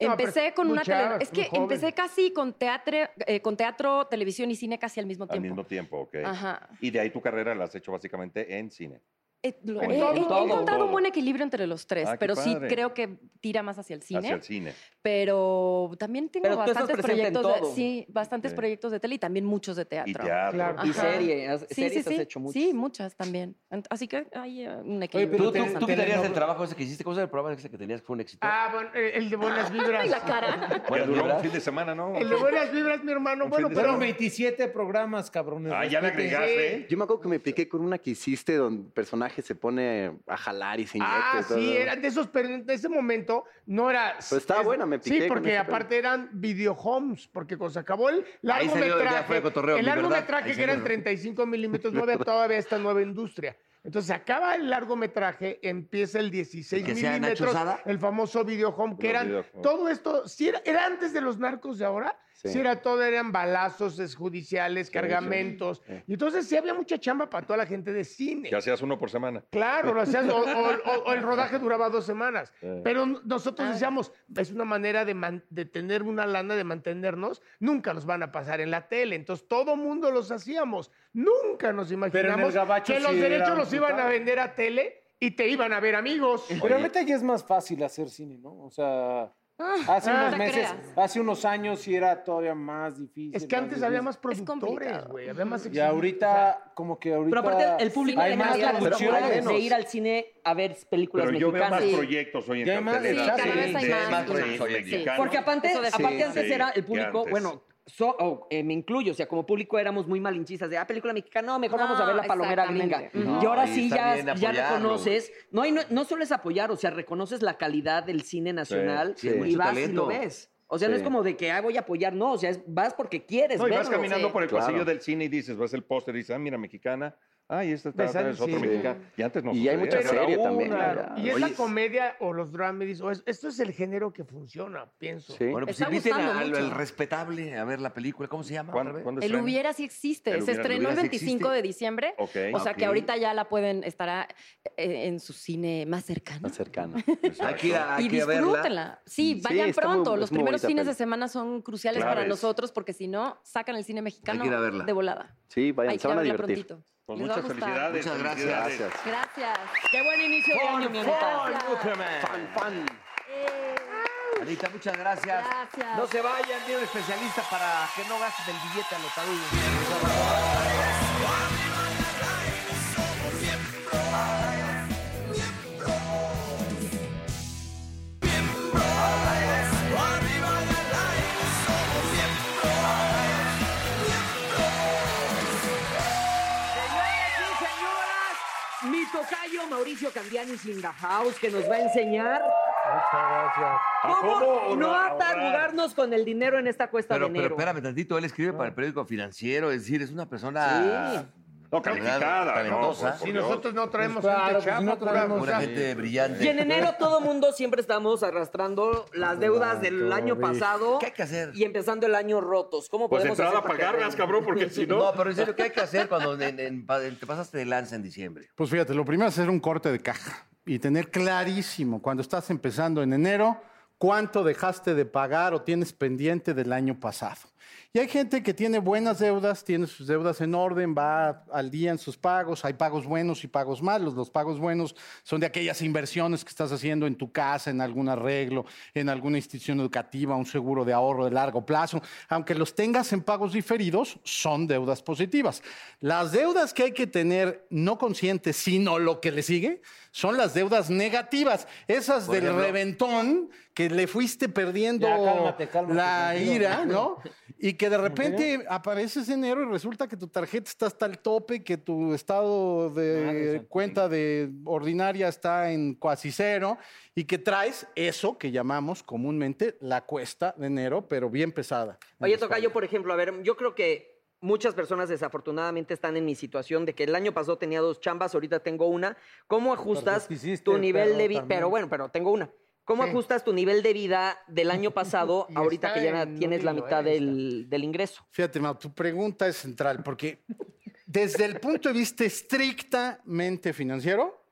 S3: No,
S13: Empecé
S3: pero
S13: con
S3: muy
S13: una
S3: chavas,
S13: telenovela. Es
S3: muy
S13: que
S3: joven.
S13: empecé casi con teatro, eh, con teatro, televisión y cine casi al mismo
S3: Al
S13: tiempo.
S3: mismo tiempo, ok.
S13: Ajá.
S3: Y de ahí tu carrera la has hecho básicamente en cine.
S13: Eh, lo-
S3: En
S13: he-
S3: todo,
S13: he- he
S3: en todo.
S13: encontrado un buen equilibrio entre los tres,
S3: Ah, qué
S13: pero sí
S3: padre.
S13: creo que tira más hacia el cine.
S3: Hacia el cine.
S13: Pero también tengo
S7: Pero tú estás
S13: bastantes
S7: presente en
S13: proyectos,
S7: todo.
S13: de, sí, bastantes
S7: Ok.
S13: proyectos de tele y también muchos de teatro.
S3: teatro. Claro.
S7: Y
S13: Ajá.
S7: serie, has-
S13: Sí,
S7: series
S13: sí,
S7: has
S13: sí.
S7: hecho muchas.
S13: Sí, muchas también. Ent- Así que hay eh, un
S2: Oye,
S13: equilibrio.
S2: pero tú,
S13: interesante.
S2: tú quitarías el trabajo ese que hiciste. ¿Cómo se llama el programa ese que tenías que fue un éxito?
S5: Ah, bueno, el el de buenas vibras.
S13: la cara.
S2: Buenas
S3: duró
S2: vibras.
S3: un fin de semana, ¿no?
S5: El de buenas vibras, mi hermano. Bueno,
S1: Fueron
S5: pero
S1: 27 programas, cabrones.
S2: Pues
S3: Ah, ya le
S1: respeten.
S3: agregaste.
S5: ¿eh?
S12: Yo me acuerdo que me piqué con una que hiciste donde el personaje se pone a jalar y se inyecta.
S5: Ah,
S12: y todo.
S5: sí, eran de esos, pero en ese momento no era.
S12: Pero estaba buena, me piqué
S5: Sí,
S12: con
S5: porque
S12: esa peli.
S5: aparte eran videohomes, porque cuando se acabó el
S2: salió, ya
S5: largometraje.
S2: fue de cotorreo,
S5: el
S2: mi verdad.
S5: largometraje
S2: Ahí
S5: que eran
S2: salió.
S5: 35 milímetros, no había todavía esta nueva industria. Entonces se acaba el largometraje, empieza el 16
S2: ¿Que sea Nacho
S5: milímetros,
S2: Sada?
S5: el famoso videohome, que
S2: Los
S5: eran
S2: videohome.
S5: todo esto, si era, era antes de los narcos de ahora,
S2: Sí.
S5: si era todo, eran balazos es judiciales, cargamentos. Y entonces sí había mucha chamba para toda la gente de cine.
S3: Que hacías uno por semana.
S5: Claro, lo hacías, o, o- o- o el rodaje duraba dos semanas.
S3: Eh.
S5: Pero n- nosotros decíamos, es una manera de, man- de tener una lana, de mantenernos. Nunca nos van a pasar en la tele. Entonces, todo mundo los hacíamos. Nunca nos imaginamos
S1: gabacho
S5: que los
S1: sí era
S5: derechos
S1: un
S5: los iban a
S1: putazo.
S5: vender a tele y te iban a ver amigos.
S1: Pero ahorita ya es más fácil hacer cine, ¿no? O sea, Ah, hace
S5: Ah, no
S1: unos
S5: te
S1: meses,
S5: creas.
S1: hace unos años sí era todavía más difícil.
S5: Es que antes
S1: difícil.
S5: había más productores, güey. Había más
S1: Y ahorita, como que ahorita.
S7: Pero aparte, el público
S1: hay
S7: tiene
S1: más
S7: más la
S1: producciones.
S7: cultura de ir al cine a ver películas
S3: Pero yo veo
S7: mexicanas.
S3: más proyectos hoy en
S1: Ya hay más-
S3: cartelera.
S1: exacto. Sí, cada vez hay
S3: de
S1: más.
S3: proyectos
S1: Sí.
S3: mexicanos.
S7: Porque aparte,
S3: Sí,
S7: aparte antes
S3: sí,
S7: era el
S3: que
S7: público,
S3: antes.
S7: bueno, so- o, eh, me incluyo, o sea, como público éramos muy malinchistas de, ah, película mexicana, no, mejor vamos a ver la
S13: No,
S7: palomera gringa.
S13: exactamente. Ujú.
S7: y ahora
S13: No, y
S7: sí
S13: está
S7: ya,
S13: bien
S7: ya
S13: apoyarlo,
S7: reconoces, no, y no, no solo es apoyar, o sea, reconoces la calidad del cine nacional y
S2: sí, mucho
S7: vas y
S2: talento.
S7: lo ves. O sea, no
S2: Sí.
S7: es como de que, ah, voy a apoyar, no, o sea, es- vas porque quieres
S3: No, y vas
S7: verlo.
S3: caminando por el
S7: Claro.
S3: pasillo del cine y dices, vas el póster y dices, ah, mira, mexicana. Ay, esta
S5: Ves al
S3: es otra
S5: cine.
S3: mexicana. Y antes no
S12: Y hay
S3: sucedía,
S12: mucha
S3: pero era
S12: serie
S3: una.
S12: también,
S5: Claro. Y es
S3: Oye,
S5: la comedia o los dramedies. O es- esto es el género que funciona, pienso.
S2: Bueno, pues inviten a- al, al respetable a ver la película. ¿Cómo se llama? otra vez?
S13: El hubiera sí existe.
S2: El
S13: Se
S2: hubiera- el
S13: estrenó el
S2: hubiera sí
S13: 25
S2: existe.
S13: de diciembre.
S2: Ok.
S13: O sea que
S2: Ok.
S13: ahorita ya la pueden, estará eh, en su cine más cercano.
S12: Más cercano.
S2: Hay que ir a, hay
S13: y
S2: que ir a verla.
S13: disfrútenla. Sí,
S2: Sí,
S13: vayan
S2: está muy-
S13: pronto.
S2: es
S13: Los
S2: muy
S13: primeros
S2: bonita
S13: fines
S2: peli.
S13: de semena son cruciales
S12: Claro
S13: para
S12: es.
S13: nosotros porque si no, sacan el cine mexicano
S12: Hay que ir a verla.
S13: de volada.
S12: Sí, vayan,
S13: Hay
S12: se
S13: que
S12: van a
S13: verla
S12: divertir.
S13: prontito. Pues Les va a muchas gustar. felicidades,
S12: Muchas gracias.
S3: felicidades.
S12: Gracias.
S13: Gracias. Qué buen inicio de año, mi
S2: ¡Fon,
S13: Anita.
S2: Buckerman! ¡Fan, fan! Anita, muchas gracias.
S13: Gracias.
S2: No se vayan, tiene un especialista para que no gasten el billete al notarudo.
S7: Señoras y señoras, mi tocayo Mauricio Candianis in the house, que nos va a enseñar
S1: Muchas gracias.
S7: cómo no
S2: ahorrar?
S7: atarugarnos con el dinero en esta cuesta
S2: Pero,
S7: de
S2: pero
S7: enero.
S2: espérame tantito, él escribe para el periódico financiero, es decir, es una persona...
S3: No,
S2: de verdad,
S3: calificada, no,
S2: Talentosa.
S3: por- por Si Dios. nosotros
S5: no traemos
S7: Pues claro,
S5: gente
S7: pues
S5: chapa,
S7: no
S5: pura-
S7: traemos.
S5: o sea,
S2: Pura gente brillante.
S7: Y en enero todo mundo siempre estamos arrastrando las deudas del
S2: Claro,
S7: año
S2: vi.
S7: pasado.
S2: ¿Qué hay que hacer?
S7: Y empezando el año rotos. ¿Cómo
S2: Pues
S7: podemos
S2: entrar
S7: hacer
S2: a
S7: para que
S2: pagarlas,
S7: arreglen?
S2: cabrón, porque si no... No, pero en serio, ¿qué hay que hacer cuando en- en- pa- te pasaste de lanza en diciembre?
S15: Pues fíjate, lo primero es hacer un corte de caja y tener clarísimo cuando estás empezando en enero cuánto dejaste de pagar o tienes pendiente del año pasado. Y hay gente que tiene buenas deudas, tiene sus deudas en orden, va al día en sus pagos, hay pagos buenos y pagos malos. Los pagos buenos son de aquellas inversiones que estás haciendo en tu casa, en algún arreglo, en alguna institución educativa, un seguro de ahorro de largo plazo. Aunque los tengas en pagos diferidos, son deudas positivas. Las deudas que hay que tener no conscientes, sino lo que le sigue, son las deudas negativas. Esas
S1: Por
S15: del
S1: ejemplo.
S15: reventón que le fuiste perdiendo
S1: Ya, cálmate, cálmate,
S15: la
S1: tranquilo,
S15: ira,
S1: tranquilo.
S15: ¿no? Y que de repente apareces enero y resulta que tu tarjeta está hasta el tope, que tu estado Ah, de cuenta de ordinaria está en cuasi cero y que traes eso que llamamos comúnmente la cuesta de enero, pero bien pesada.
S7: Oye, Tocayo, por ejemplo, a ver, yo creo que muchas personas desafortunadamente están en mi situación de que el año pasado tenía dos chambas, ahorita tengo una. ¿Cómo
S15: pues
S7: ajustas
S1: te hiciste
S7: tu nivel
S1: perro
S7: de vida?
S1: también.
S7: Pero bueno, pero tengo una. ¿Cómo
S1: Sí.
S7: ajustas tu nivel de vida del año pasado,
S15: Y
S7: ahorita
S15: está
S7: que ya
S15: en un
S7: tienes la
S15: hilo,
S7: mitad
S15: eh,
S7: del, del ingreso?
S15: Fíjate, Mau, tu pregunta es central, porque desde el punto de vista estrictamente financiero,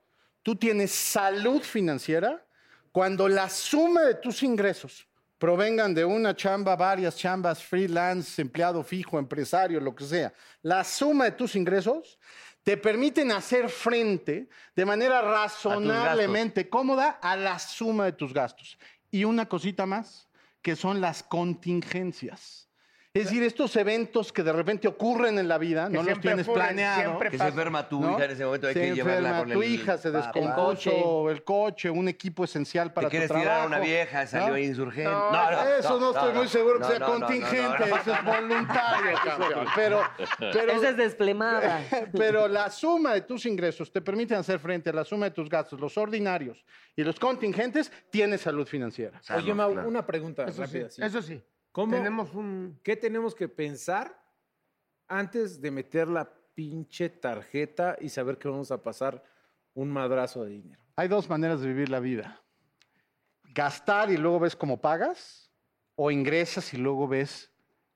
S15: tú tienes salud financiera cuando la suma de tus ingresos provengan de una chamba, varias chambas, freelance, empleado fijo, empresario, lo que sea, la suma de tus ingresos te permiten hacer frente de manera razonablemente cómoda a la suma de tus gastos. Y una cosita más, que son las contingencias. Es decir, estos eventos que de repente ocurren en la vida,
S2: Que
S15: no los
S2: siempre
S15: tienes
S2: ocurren,
S15: planeado.
S2: siempre Que se pasa. enferma tu hija en ese momento, hay
S15: se
S2: que llevarla
S15: enferma
S2: con
S15: tu
S2: el
S15: hija, se
S2: papá.
S15: descompuso el coche, un equipo esencial para
S2: Te quieres
S15: tu trabajo.
S2: tirar a una vieja, salió
S15: ¿no?
S2: ahí insurgente.
S15: No,
S2: No, no,
S15: eso no,
S2: no,
S15: estoy
S2: no,
S15: muy
S2: no,
S15: seguro que
S2: no,
S15: sea
S2: no, no, no,
S15: contingente,
S2: no, no.
S15: eso es voluntario, campeón. Pero, pero,
S7: Esa es desplomada.
S15: pero la suma de tus ingresos te permite hacer frente a la suma de tus gastos, los ordinarios y los contingentes, tienes salud financiera.
S1: Oye, Mau, una pregunta
S15: Eso
S1: rápida.
S15: sí, eso sí.
S1: ¿Cómo,
S15: Tenemos
S1: ¿Qué tenemos que pensar antes de meter la pinche tarjeta y saber que vamos a pasar un madrazo de dinero?
S15: Hay dos maneras de vivir la vida. Gastar y luego ves cómo pagas, o ingresas y luego ves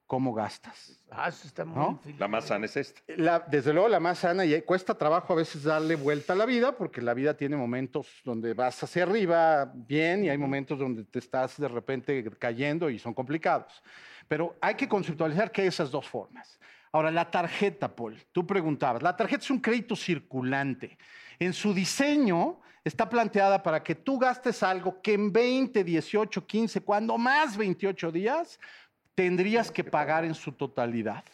S15: cómo gastas.
S5: Ah, eso está muy
S15: ¿No?
S5: difícil.
S3: La más sana es esta.
S15: La- desde luego la más sana y cuesta trabajo a veces darle vuelta a la vida porque la vida tiene momentos donde vas hacia arriba bien y hay momentos donde te estás de repente cayendo y son complicados. Pero hay que conceptualizar que hay esas dos formas. Ahora, la tarjeta, Paul, tú preguntabas, la tarjeta es un crédito circulante. En su diseño está planteada para que tú gastes algo que en 20, 18, 15, cuando más 28 días, tendrías que pagar en su totalidad.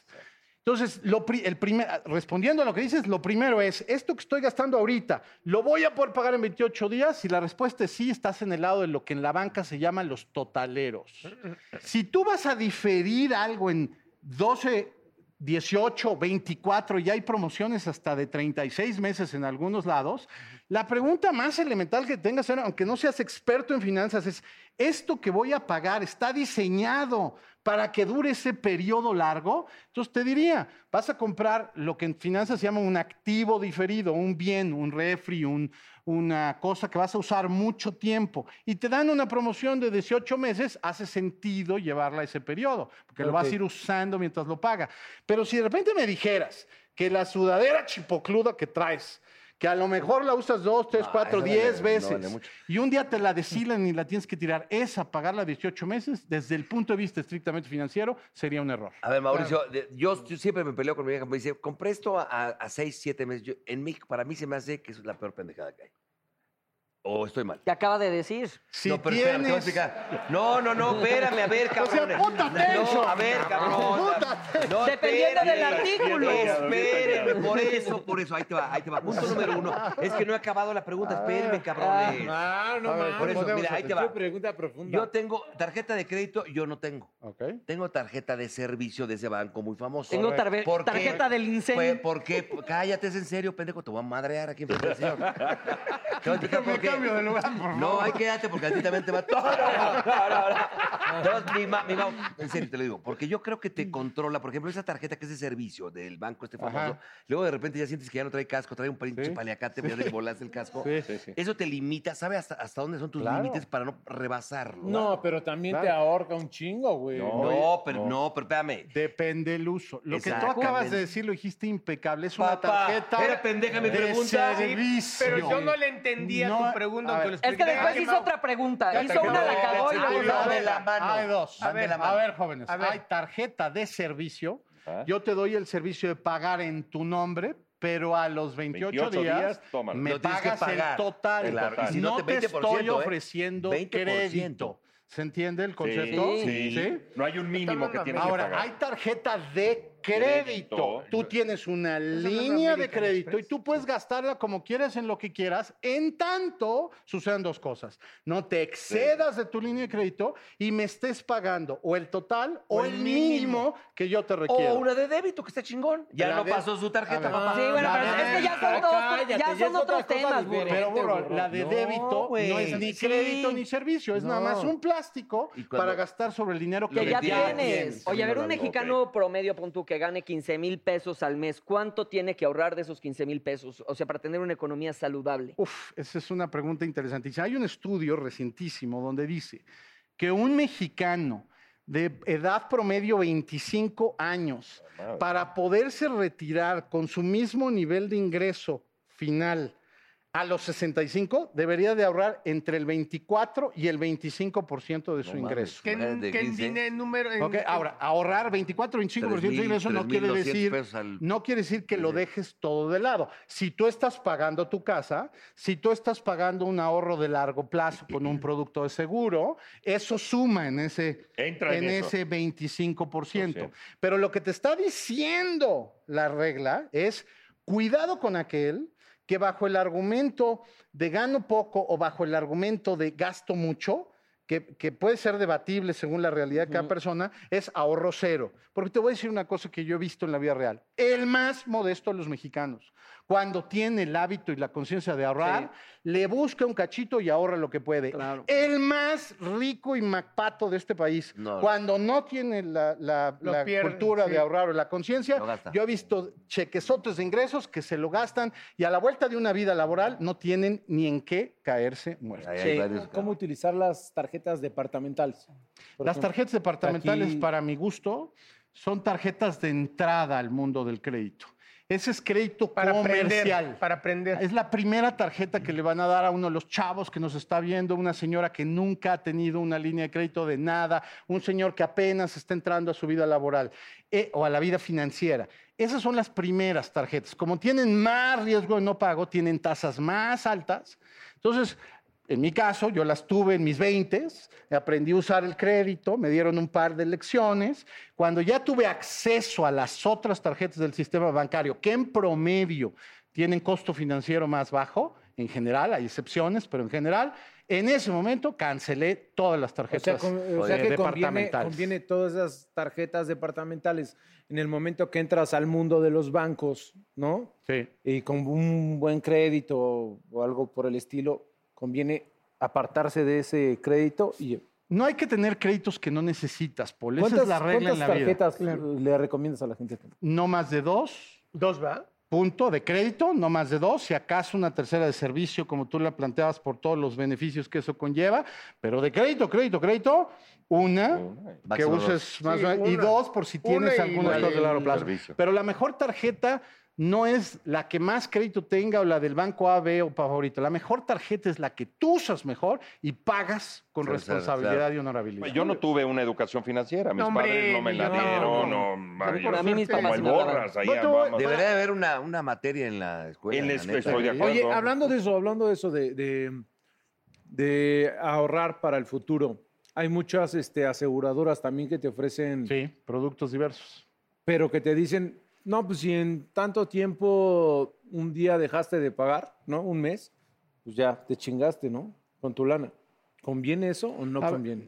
S15: Entonces, lo pri- el primer, respondiendo a lo que dices, lo primero es, esto que estoy gastando ahorita, ¿lo voy a poder pagar en 28 días? Si la respuesta es sí, estás en el lado de lo que en la banca se llaman los totaleros. Si tú vas a diferir algo en 12, 18, 24, y hay promociones hasta de 36 meses en algunos lados, la pregunta más elemental que tengas, aunque no seas experto en finanzas, es, ¿esto que voy a pagar está diseñado para que dure ese periodo largo? Entonces te diría, vas a comprar lo que en finanzas se llama un activo diferido, un bien, un refri, un- una cosa que vas a usar mucho tiempo, y te dan una promoción de 18 meses, hace sentido llevarla a ese periodo, porque lo vas a
S1: Ok.
S15: ir usando mientras lo paga. Pero si de repente me dijeras que la sudadera chipocluda que traes, que a lo mejor la usas dos, tres,
S12: Ah,
S15: cuatro,
S12: esa vale-
S15: diez
S12: no vale
S15: veces,
S12: mucho.
S15: y un día te la deshilan y la tienes que tirar, esa, pagarla 18 meses, desde el punto de vista estrictamente financiero, sería un error.
S2: A ver, Mauricio, de- yo, yo siempre me peleo con mi vieja. Me dice, compré esto a, a, a seis, siete meses. Yo- en México, para mí se me hace que es la peor pendejada que hay. O estoy mal.
S7: Te acaba de decir.
S2: no, pero espérame, te voy a explicar. No, no, no, espérame, a ver,
S7: O sea,
S2: cabrón.
S7: ponte
S2: No,
S7: atención,
S2: a ver, cabrón.
S7: ponte
S2: No,
S7: Dependiendo del
S2: espérenme,
S7: artículo.
S2: Espérenme, por eso, por eso. Ahí te va, ahí te va. Punto número uno. Es que no he acabado la pregunta. Espérenme, cabrones.
S1: Ah, no
S2: A ver,
S1: mames,
S2: Por eso,
S1: podemos
S2: mira, ahí te va.
S1: hacer pregunta profunda.
S2: Yo tengo tarjeta de crédito, yo no tengo. Tengo tarjeta de servicio de ese banco muy famoso.
S4: Tengo tarve-
S2: ¿Por qué?
S4: tarjeta del
S2: Pues,
S4: incendio.
S2: ¿Por qué? Cállate, es en serio, pendejo. Te voy a madrear aquí en frente del señor. Te voy a explicar por qué.
S15: cambio de lugar, por
S2: No,
S15: favor.
S2: ahí quédate porque a ti también te va todo. Entonces, mi ma- mi ma- en serio te lo digo, porque yo creo que te controla, por ejemplo, esa tarjeta que es de servicio del banco este famoso,
S15: Ajá.
S2: luego de repente ya sientes que ya no trae casco, trae un pinche
S15: Sí.
S2: paliacate,
S15: Sí.
S2: ya le volaste el casco.
S15: Sí, sí, sí.
S2: Eso te limita, ¿sabe hasta, hasta dónde son tus
S1: Claro.
S2: límites para no rebasarlo?
S1: No, pero también te
S2: Claro.
S1: ahorca un chingo, güey.
S2: No, pero no, pero espérame.
S15: Depende el uso. Lo que tú acabas de decir lo dijiste impecable. Es una
S2: Papá,
S15: tarjeta.
S2: era pendeja mi
S15: de
S2: pregunta. Sí,
S15: servicio.
S5: pero yo no le entendía tu pregunta,
S15: a
S5: aunque
S15: ver.
S5: lo Ah,
S7: Es que después hizo otra pregunta.
S15: Ya
S7: Hizo
S15: te
S7: una, la
S15: acabo.
S7: cagó y la
S15: Hay
S7: volvió a
S15: dos.
S7: hacer.
S15: Hay dos. A
S7: Van de
S15: ver,
S7: la mano.
S15: a ver, jóvenes.
S7: A ver.
S15: Hay tarjeta de servicio. Yo te doy el servicio de pagar en tu nombre, pero a los 28,
S3: 28
S15: días,
S3: días, tómalo.
S15: me
S3: Lo tienes que
S15: pagas
S3: pagar.
S15: el total.
S3: Claro, y si no
S15: no,
S3: te
S15: te
S3: 20%,
S15: estoy
S3: ¿eh?
S15: ofreciendo
S3: 20%.
S15: crédito. ¿Se entiende el concepto?
S3: Sí. No hay un mínimo que tienes
S15: Ahora,
S3: que pagar.
S15: hay tarjeta de crédito.
S3: Crédito.
S15: Tú tienes una
S3: es la
S15: línea de
S3: American
S15: crédito y tú puedes gastarla como quieras en lo que quieras. En tanto, sucedan dos cosas. No te excedas de tu línea de crédito y me estés pagando o el total o, el mínimo, que yo te requiero.
S2: O una de débito, que está chingón. Ya
S15: La
S2: no
S15: de-
S2: pasó su tarjeta,
S15: A ver.
S2: papá.
S15: Sí, bueno, pero es que ya son
S2: dos,
S15: otros- ya
S2: Ah, ya
S15: son otros
S2: temas, güey.
S15: Pero burro, la de
S2: No,
S15: débito no
S2: güey.
S15: es ni
S2: Sí.
S15: crédito ni servicio, es nada
S2: No.
S15: más un plástico
S2: Y cuando-
S15: para gastar sobre el dinero que,
S7: Que
S15: ya
S7: ya tienes. Oye, a ver, un mexicano promedio, pon tú, que gane 15 mil pesos al mes, ¿cuánto tiene que ahorrar de esos 15 mil pesos? O sea, para tener una economía saludable.
S15: Uf, esa es una pregunta interesantísima. Hay un estudio recientísimo donde dice que un mexicano de edad promedio 25 años, para poderse retirar con su mismo nivel de ingreso final a los 65, debería de ahorrar entre el 24 y el 25% de su ingreso.
S5: Que en, que en dinero, número. en-
S15: Ok, ah, ahora, ahorrar 24, 25% de
S2: 3,000,
S15: ingreso no quiere
S2: 3,200
S15: decir,
S2: pesos al-
S15: no quiere decir que lo dejes todo de lado. Si tú estás pagando tu casa, si tú estás pagando un ahorro de largo plazo con un producto de seguro, eso suma en ese,
S3: Entra en eso.
S15: ese 25%. Pero lo que te está diciendo la regla es cuidado con aquel que bajo el argumento de gano poco o bajo el argumento de gasto mucho, que, que puede ser debatible según la realidad de cada persona, es ahorro cero. Porque te voy a decir una cosa que yo he visto en la vida real. El más modesto de los mexicanos, cuando tiene el hábito y la conciencia de ahorrar, le busca un cachito y ahorra lo que puede. El más rico y macpato de este país, cuando no tiene la, la-
S1: Lo
S15: la
S1: pierde,
S15: cultura
S1: sí.
S15: de ahorrar o la conciencia, yo he visto chequesotes de ingresos que se lo gastan y a la vuelta de una vida laboral no tienen ni en qué caerse
S2: Pues,
S15: muertos.
S1: Sí. ¿Cómo utilizar las tarjetas departamentales? Por
S15: Las
S1: ejemplo,
S15: tarjetas departamentales,
S1: aquí-
S15: para mi gusto, son tarjetas de entrada al mundo del crédito. Ese es crédito
S5: Para aprender,
S15: comercial.
S5: para aprender.
S15: Es la primera tarjeta que le van a dar a uno de los chavos que nos está viendo, una señora que nunca ha tenido una línea de crédito de nada, un señor que apenas está entrando a su vida laboral eh, o a la vida financiera. Esas son las primeras tarjetas. Como tienen más riesgo de no pago, tienen tasas más altas. Entonces, en mi caso, yo las tuve en mis 20, aprendí a usar el crédito, me dieron un par de lecciones. Cuando ya tuve acceso a las otras tarjetas del sistema bancario, que en promedio tienen costo financiero más bajo, en general, hay excepciones, pero en general, en ese momento cancelé todas las
S1: O sea,
S15: tarjetas
S1: con- o sea
S15: eh,
S1: que conviene,
S15: departamentales.
S1: conviene todas esas tarjetas departamentales en el momento que entras al mundo de los bancos, ¿no?
S15: Sí.
S1: Y con un buen crédito o algo por el estilo, conviene apartarse de ese crédito y...
S15: No hay que tener créditos que no necesitas, Paul. Esa
S1: ¿Cuántas,
S15: es la regla en
S1: cuántas
S15: la vida.
S1: tarjetas le recomiendas a la gente?
S15: No más de dos.
S5: Dos, ¿va?
S15: Punto de crédito, no más de dos, si acaso una tercera de servicio, como tú la planteabas, por todos los beneficios que eso conlleva, pero de crédito, crédito, crédito, una, que
S12: máximo
S15: uses
S12: dos.
S15: más
S12: Sí,
S15: o menos, y
S12: una.
S15: dos por si
S12: Una
S15: tienes
S12: y
S15: algunas
S12: el
S15: cosas de largo plazo.
S12: servicio.
S15: Pero la mejor tarjeta no es la que más crédito tenga o la del banco A, B o favorito. La mejor tarjeta es la que tú usas mejor y pagas con
S3: Claro, claro,
S15: responsabilidad
S3: claro.
S15: y honorabilidad.
S3: Yo no tuve una educación financiera. Mis
S15: No, hombre,
S3: padres no me la
S15: no,
S3: dieron.
S15: no.
S3: No,
S2: Por
S3: maravilloso.
S2: a mí mis
S3: Como
S2: papás
S3: el
S2: me la daban.
S3: borras ahí.
S1: No, tú-
S3: vamos.
S2: Debería haber una, una materia en la escuela.
S3: En la
S2: neta.
S3: estoy de acuerdo.
S1: Oye, hablando de eso, hablando de eso, de, de- de ahorrar para el futuro, hay muchas este, aseguradoras también que te ofrecen...
S15: productos diversos.
S1: Pero que te dicen, no, pues si en tanto tiempo un día dejaste de pagar, ¿no? Un mes, pues ya te chingaste, ¿no? Con tu lana. ¿Conviene eso o no
S15: A ver,
S1: conviene?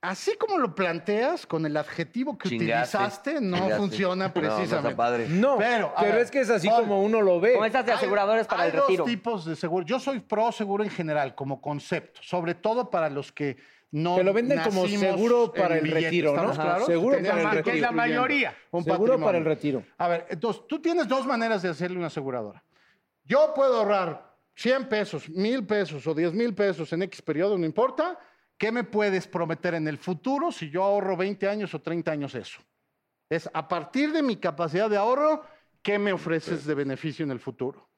S15: Así como lo planteas, con el adjetivo que
S1: Chingaste,
S15: utilizaste, no
S1: chingaste.
S15: funciona
S1: No, no está
S15: precisamente.
S1: padre. No,
S15: a
S1: pero
S15: ver,
S1: es que es así
S15: Paul,
S1: como uno lo ve. Como estas de
S15: hay-
S1: aseguradoras para
S15: hay
S1: el
S15: dos
S1: retiro.
S15: tipos de seguro. Yo soy pro seguro en general, como concepto, sobre todo para los que no
S1: Te lo venden como
S15: nacimos
S1: seguro
S15: en
S1: para el
S15: billete,
S1: retiro, ¿no?
S15: ¿estamos
S1: Ajá.
S15: claros?
S1: Seguro
S15: Tenía
S1: para el
S15: más que
S1: retiro.
S15: la mayoría. Un
S1: Seguro
S15: patrimonio.
S1: para el retiro.
S15: A ver, entonces tú tienes dos maneras de hacerle una aseguradora. Yo puedo ahorrar 100 pesos, 1000 pesos o 10 mil pesos en X periodo, no importa. ¿Qué me puedes prometer en el futuro si yo ahorro 20 años o 30 años eso? Es a partir de mi capacidad de ahorro, ¿qué me ofreces de beneficio en el futuro?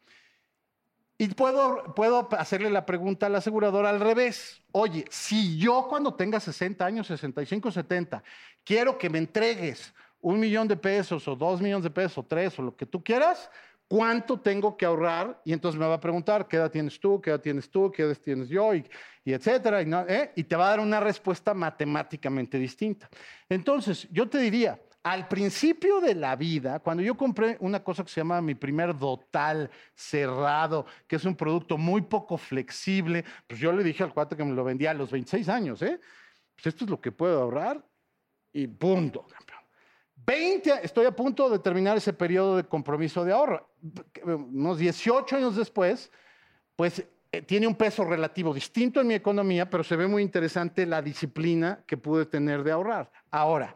S15: Y puedo, puedo hacerle la pregunta a la aseguradora al revés. Oye, si yo cuando tenga 60 años, 65, 70, quiero que me entregues un millón de pesos o dos millones de pesos o tres o lo que tú quieras, ¿cuánto tengo que ahorrar? Y entonces me va a preguntar, ¿qué edad tienes tú? ¿Qué edad tienes tú? ¿Qué edad tienes yo? Y, y etcétera. Y, no- ¿eh? y te va a dar una respuesta matemáticamente distinta. Entonces, yo te diría, al principio de la vida, cuando yo compré una cosa que se llama mi primer dotal cerrado, que es un producto muy poco flexible, pues yo le dije al cuate que me lo vendía a los 26 años, ¿eh? Pues esto es lo que puedo ahorrar y punto, campeón. 20, a- estoy a punto de terminar ese periodo de compromiso de ahorro. Unos 18 años después, pues eh, tiene un peso relativo distinto en mi economía, pero se ve muy interesante la disciplina que pude tener de ahorrar. Ahora,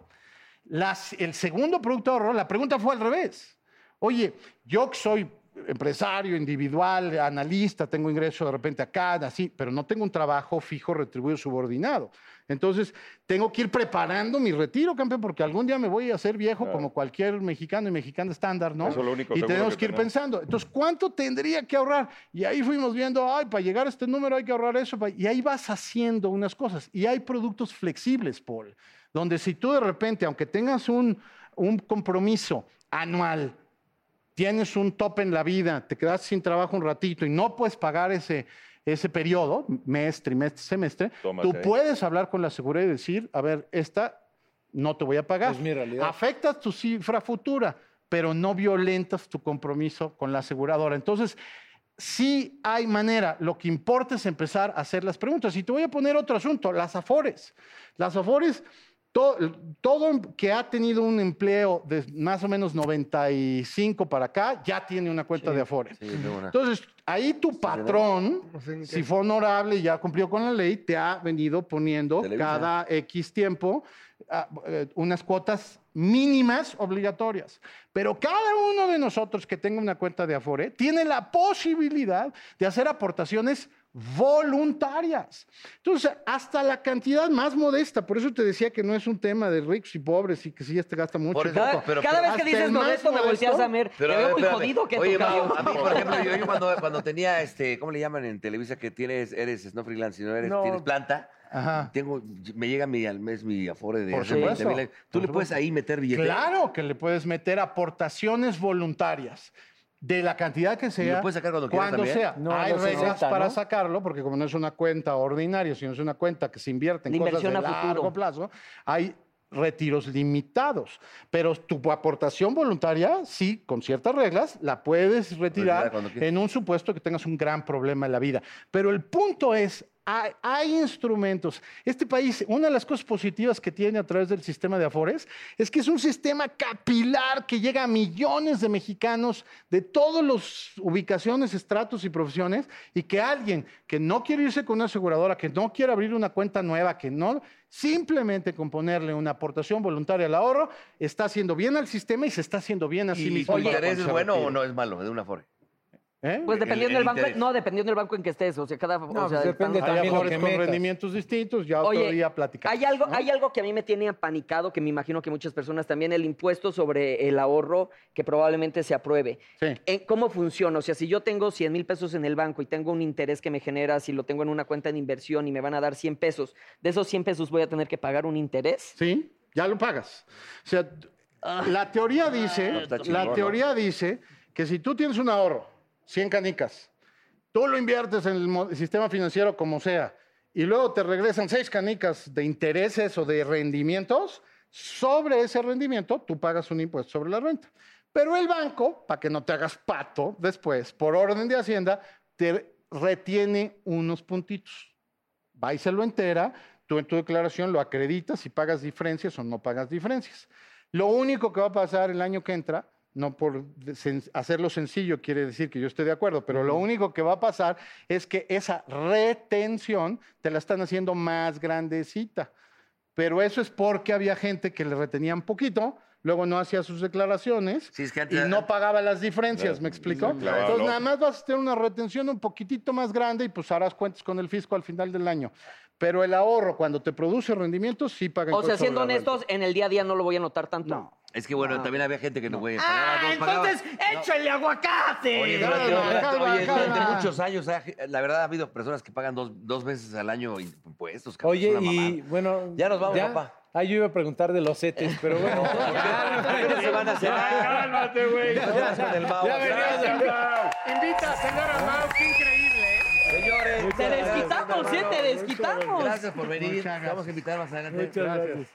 S15: las- el segundo producto de ahorro, la pregunta fue al revés. Oye, yo que soy empresario, individual, analista, tengo ingreso de repente acá, así, pero no tengo un trabajo fijo, retribuido, subordinado. Entonces, tengo que ir preparando mi retiro, campeón, porque algún día me voy a hacer viejo como cualquier mexicano y mexicana estándar, ¿no?
S3: Eso es lo único
S15: y
S3: seguro
S15: tenemos
S3: que
S15: que ir
S3: tenemos.
S15: pensando, entonces, ¿cuánto tendría que ahorrar? Y ahí fuimos viendo, ay, para llegar a este número hay que ahorrar eso, pa- y ahí vas haciendo unas cosas. Y hay productos flexibles, Paul, donde si tú de repente, aunque tengas un, un compromiso anual, tienes un top en la vida, te quedas sin trabajo un ratito y no puedes pagar ese, ese periodo, mes, trimestre, semestre,
S3: Tómate
S15: tú
S3: ahí.
S15: puedes hablar con la seguridad y decir, a ver, esta no te voy a pagar. Afectas tu cifra futura, pero no violentas tu compromiso con la aseguradora. Entonces, sí hay manera. Lo que importa es empezar a hacer las preguntas. Y te voy a poner otro asunto, las afores. Las afores, to- todo em- que ha tenido un empleo de más o menos 95 para acá, ya tiene una cuenta de afores. Entonces, ahí tu patrón, si fue honorable y ya cumplió con la ley, te ha venido poniendo cada X tiempo ah, eh, unas cuotas mínimas obligatorias. Pero cada uno de nosotros que tenga una cuenta de Afore tiene la posibilidad de hacer aportaciones voluntarias. Entonces, hasta la cantidad más modesta, por eso te decía que no es un tema de ricos y pobres y que sí, este gasta mucho.
S2: Por
S15: y
S2: eso-
S15: poco.
S2: pero-
S4: cada vez que
S15: Hasta
S4: dices
S15: el más
S4: modesto, me volteas a ver. Te veo
S2: ver,
S4: muy
S2: espérame.
S4: jodido que
S2: Oye,
S4: tu
S2: Mau,
S4: cabrón.
S2: a mí, por ejemplo, yo, yo cuando, cuando tenía este, ¿cómo le llaman en Televisa que tienes, eres no freelance, sino eres,
S15: No.
S2: tienes planta?
S15: Ajá.
S2: Tengo, me llega mi, al mes mi afore de
S15: Por
S2: hace 20
S15: supuesto.
S2: mil. ¿Tú
S15: Por
S2: le puedes
S15: supuesto.
S2: ahí meter billetes?
S15: Claro que le puedes meter aportaciones voluntarias. De la cantidad que sea.
S2: lo puedes sacar cuando quieras también?
S15: sea.
S2: No,
S15: Hay
S2: no se
S15: reglas
S2: nota,
S15: para
S2: ¿no?
S15: sacarlo, porque como no es una cuenta ordinaria, sino es una cuenta que se invierte en
S2: La
S15: cosas de
S2: inversión a futuro.
S15: largo plazo, hay retiros limitados. Pero tu aportación voluntaria, sí, con ciertas reglas, la puedes
S2: Retirar
S15: retirar
S2: cuando quieras.
S15: en un supuesto que tengas un gran problema en la vida. Pero el punto es, hay, hay instrumentos. Este país, una de las cosas positivas que tiene a través del sistema de Afores es que es un sistema capilar que llega a millones de mexicanos de todas las ubicaciones, estratos y profesiones y que alguien que no quiere irse con una aseguradora, que no quiere abrir una cuenta nueva, que no, simplemente con ponerle una aportación voluntaria al ahorro, está haciendo bien al sistema y se está haciendo bien a sí
S2: ¿Y
S15: mismo.
S2: tu
S15: para
S2: interés
S15: cuando
S2: es
S15: se
S2: bueno o
S15: retire.
S2: no es malo de una afore?
S15: ¿Eh?
S7: Pues dependiendo
S2: El-
S7: del
S2: el
S7: banco,
S2: interés.
S7: no, dependiendo del banco en que estés, o sea, cada o sea, están-
S15: Hay afores con rendimientos distintos, ya otro
S7: Oye,
S15: día platicamos.
S7: Hay algo, hay algo que a mí me tiene apanicado, que me imagino que muchas personas también, el impuesto sobre el ahorro que probablemente se apruebe. Eh, ¿Cómo funciona? O sea, si yo tengo 100 mil pesos en el banco y tengo un interés que me genera, si lo tengo en una cuenta de inversión y me van a dar 100 pesos, de esos 100 pesos voy a tener que pagar un interés. Ah.
S15: Sí, ya lo pagas. O sea, la teoría dice,
S2: Ah, no está chingón,
S15: la
S2: ¿no?
S15: teoría dice que si tú tienes un ahorro, 100 canicas, tú lo inviertes en el mo- sistema financiero como sea, y luego te regresan 6 canicas de intereses o de rendimientos, sobre ese rendimiento tú pagas un impuesto sobre la renta. Pero el banco, para que no te hagas pato después, por orden de Hacienda, te retiene unos puntitos va y se lo entera, tú en tu declaración lo acreditas si pagas diferencias o no pagas diferencias. Lo único que va a pasar el año que entra, no por de- sen- hacerlo sencillo quiere decir que yo estoy de acuerdo, pero lo único que va a pasar es que esa retención te la están haciendo más grandecita. Pero eso es porque había gente que le retenían poquito, luego no hacía sus declaraciones y no pagaba las diferencias, ¿me explico?
S2: Sí, claro.
S15: Entonces nada más vas a tener una retención un poquitito más grande y pues harás cuentas con el fisco al final del año. Pero el ahorro, cuando te produce rendimientos, sí paga
S7: O sea,
S15: impuesto sobre
S7: siendo
S15: la renta.
S7: honestos, en el día a día no lo voy a notar tanto.
S2: Es que
S4: Ah.
S2: bueno, también había gente que no, güey.
S7: Ah,
S2: pagaba dos, pagaba-
S7: entonces, échale aguacate.
S2: Oye,
S7: Calma,
S2: durante, durante-
S7: calma,
S2: oye, durante
S7: calma.
S2: muchos años, ah, la verdad, ha habido personas que pagan dos, dos veces al año impuestos. cabrón, es
S1: Oye,
S2: una
S1: y
S2: mamada.
S1: bueno.
S2: Ya nos vamos, papá.
S1: Ah, yo iba a preguntar de los setes, pero bueno.
S2: Pero se van a cenar.
S3: Cálmate, güey.
S2: Ya, ya, ya. Ya venías
S5: Invita a cenar a Mau, qué increíble.
S2: Señores,
S5: Te desquitamos, sí, te desquitamos.
S2: Gracias por venir.
S5: Muchas gracias.
S2: Vamos a invitar más adelante.
S15: Muchas gracias.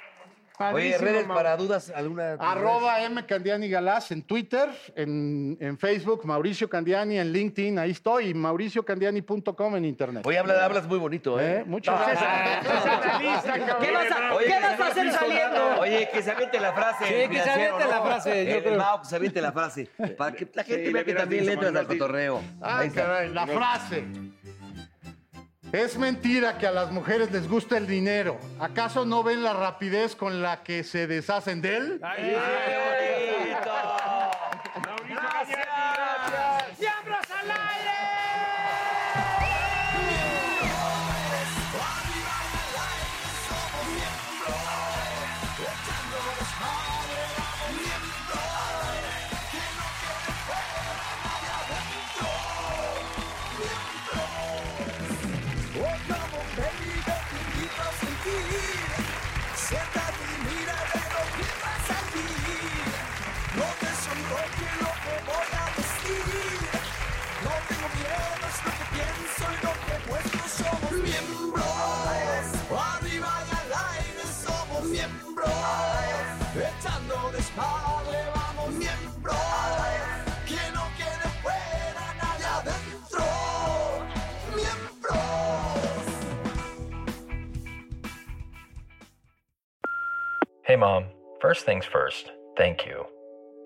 S2: Oye,
S15: Padrísimo,
S2: redes
S15: Mau.
S2: para dudas, alguna.
S7: pues,
S15: Arroba M Candiani Galás en Twitter, en, en Facebook, Mauricio Candiani en LinkedIn, ahí estoy, y mauriciocandiani.com en internet.
S2: Oye, hablas, hablas muy bonito, ¿eh?
S15: Muchas
S2: No,
S15: gracias.
S2: es- es analista, cabrón.
S15: ¿Qué vas a-
S2: Oye,
S15: qué
S2: que
S15: vas a
S2: se
S15: hacer
S2: aviente-
S15: saliendo?
S2: Oye, que se aviente la frase.
S1: Sí,
S2: el
S1: que se
S2: financiero,
S1: aviente la
S2: ¿no?
S1: frase, yo
S2: El, el
S1: creo.
S2: Mau, que se aviente la frase. Para que la gente
S1: Sí,
S2: vea
S1: le
S2: que
S1: hubieras
S2: también
S1: dicho
S2: le entras al
S1: cuando lo has
S2: cotorreo.
S15: Ah,
S2: Ahí está.
S15: caray, la frase. Es mentira que a las mujeres les gusta el dinero. ¿Acaso no ven la rapidez con la que se deshacen de él?
S10: ¡Miembros al aire!
S11: Otra bombería te invito a sentir. Siéntate y mira de lo que vas a vivir. No te sonroje lo que voy a decir. No tengo miedo, es lo que pienso y lo que muestro. Somos miembros. Arriba y al aire somos miembros. Echando desmadre vamos miembros. Quien no quiere fuera, nadie adentro. Miembros.
S16: Hey, Mom. First things first, thank you.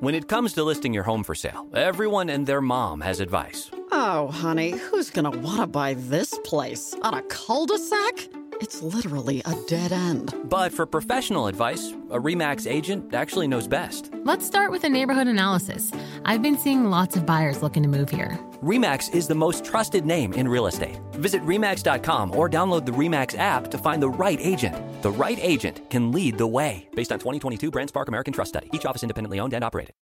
S17: When it comes to listing your home for sale, everyone and their mom has advice.
S7: Oh, honey, who's gonna wanna buy this place? On a cul de sac? It's literally a dead end.
S17: But for professional advice, a REMAX agent actually knows best.
S18: Let's start with a neighborhood analysis. I've been seeing lots of buyers looking to move here.
S17: REMAX is the most trusted name in real estate. Visit REMAX.com or download the REMAX app to find the right agent. The right agent can lead the way. Based on 2022 BrandSpark American Trust Study, each office independently owned and operated.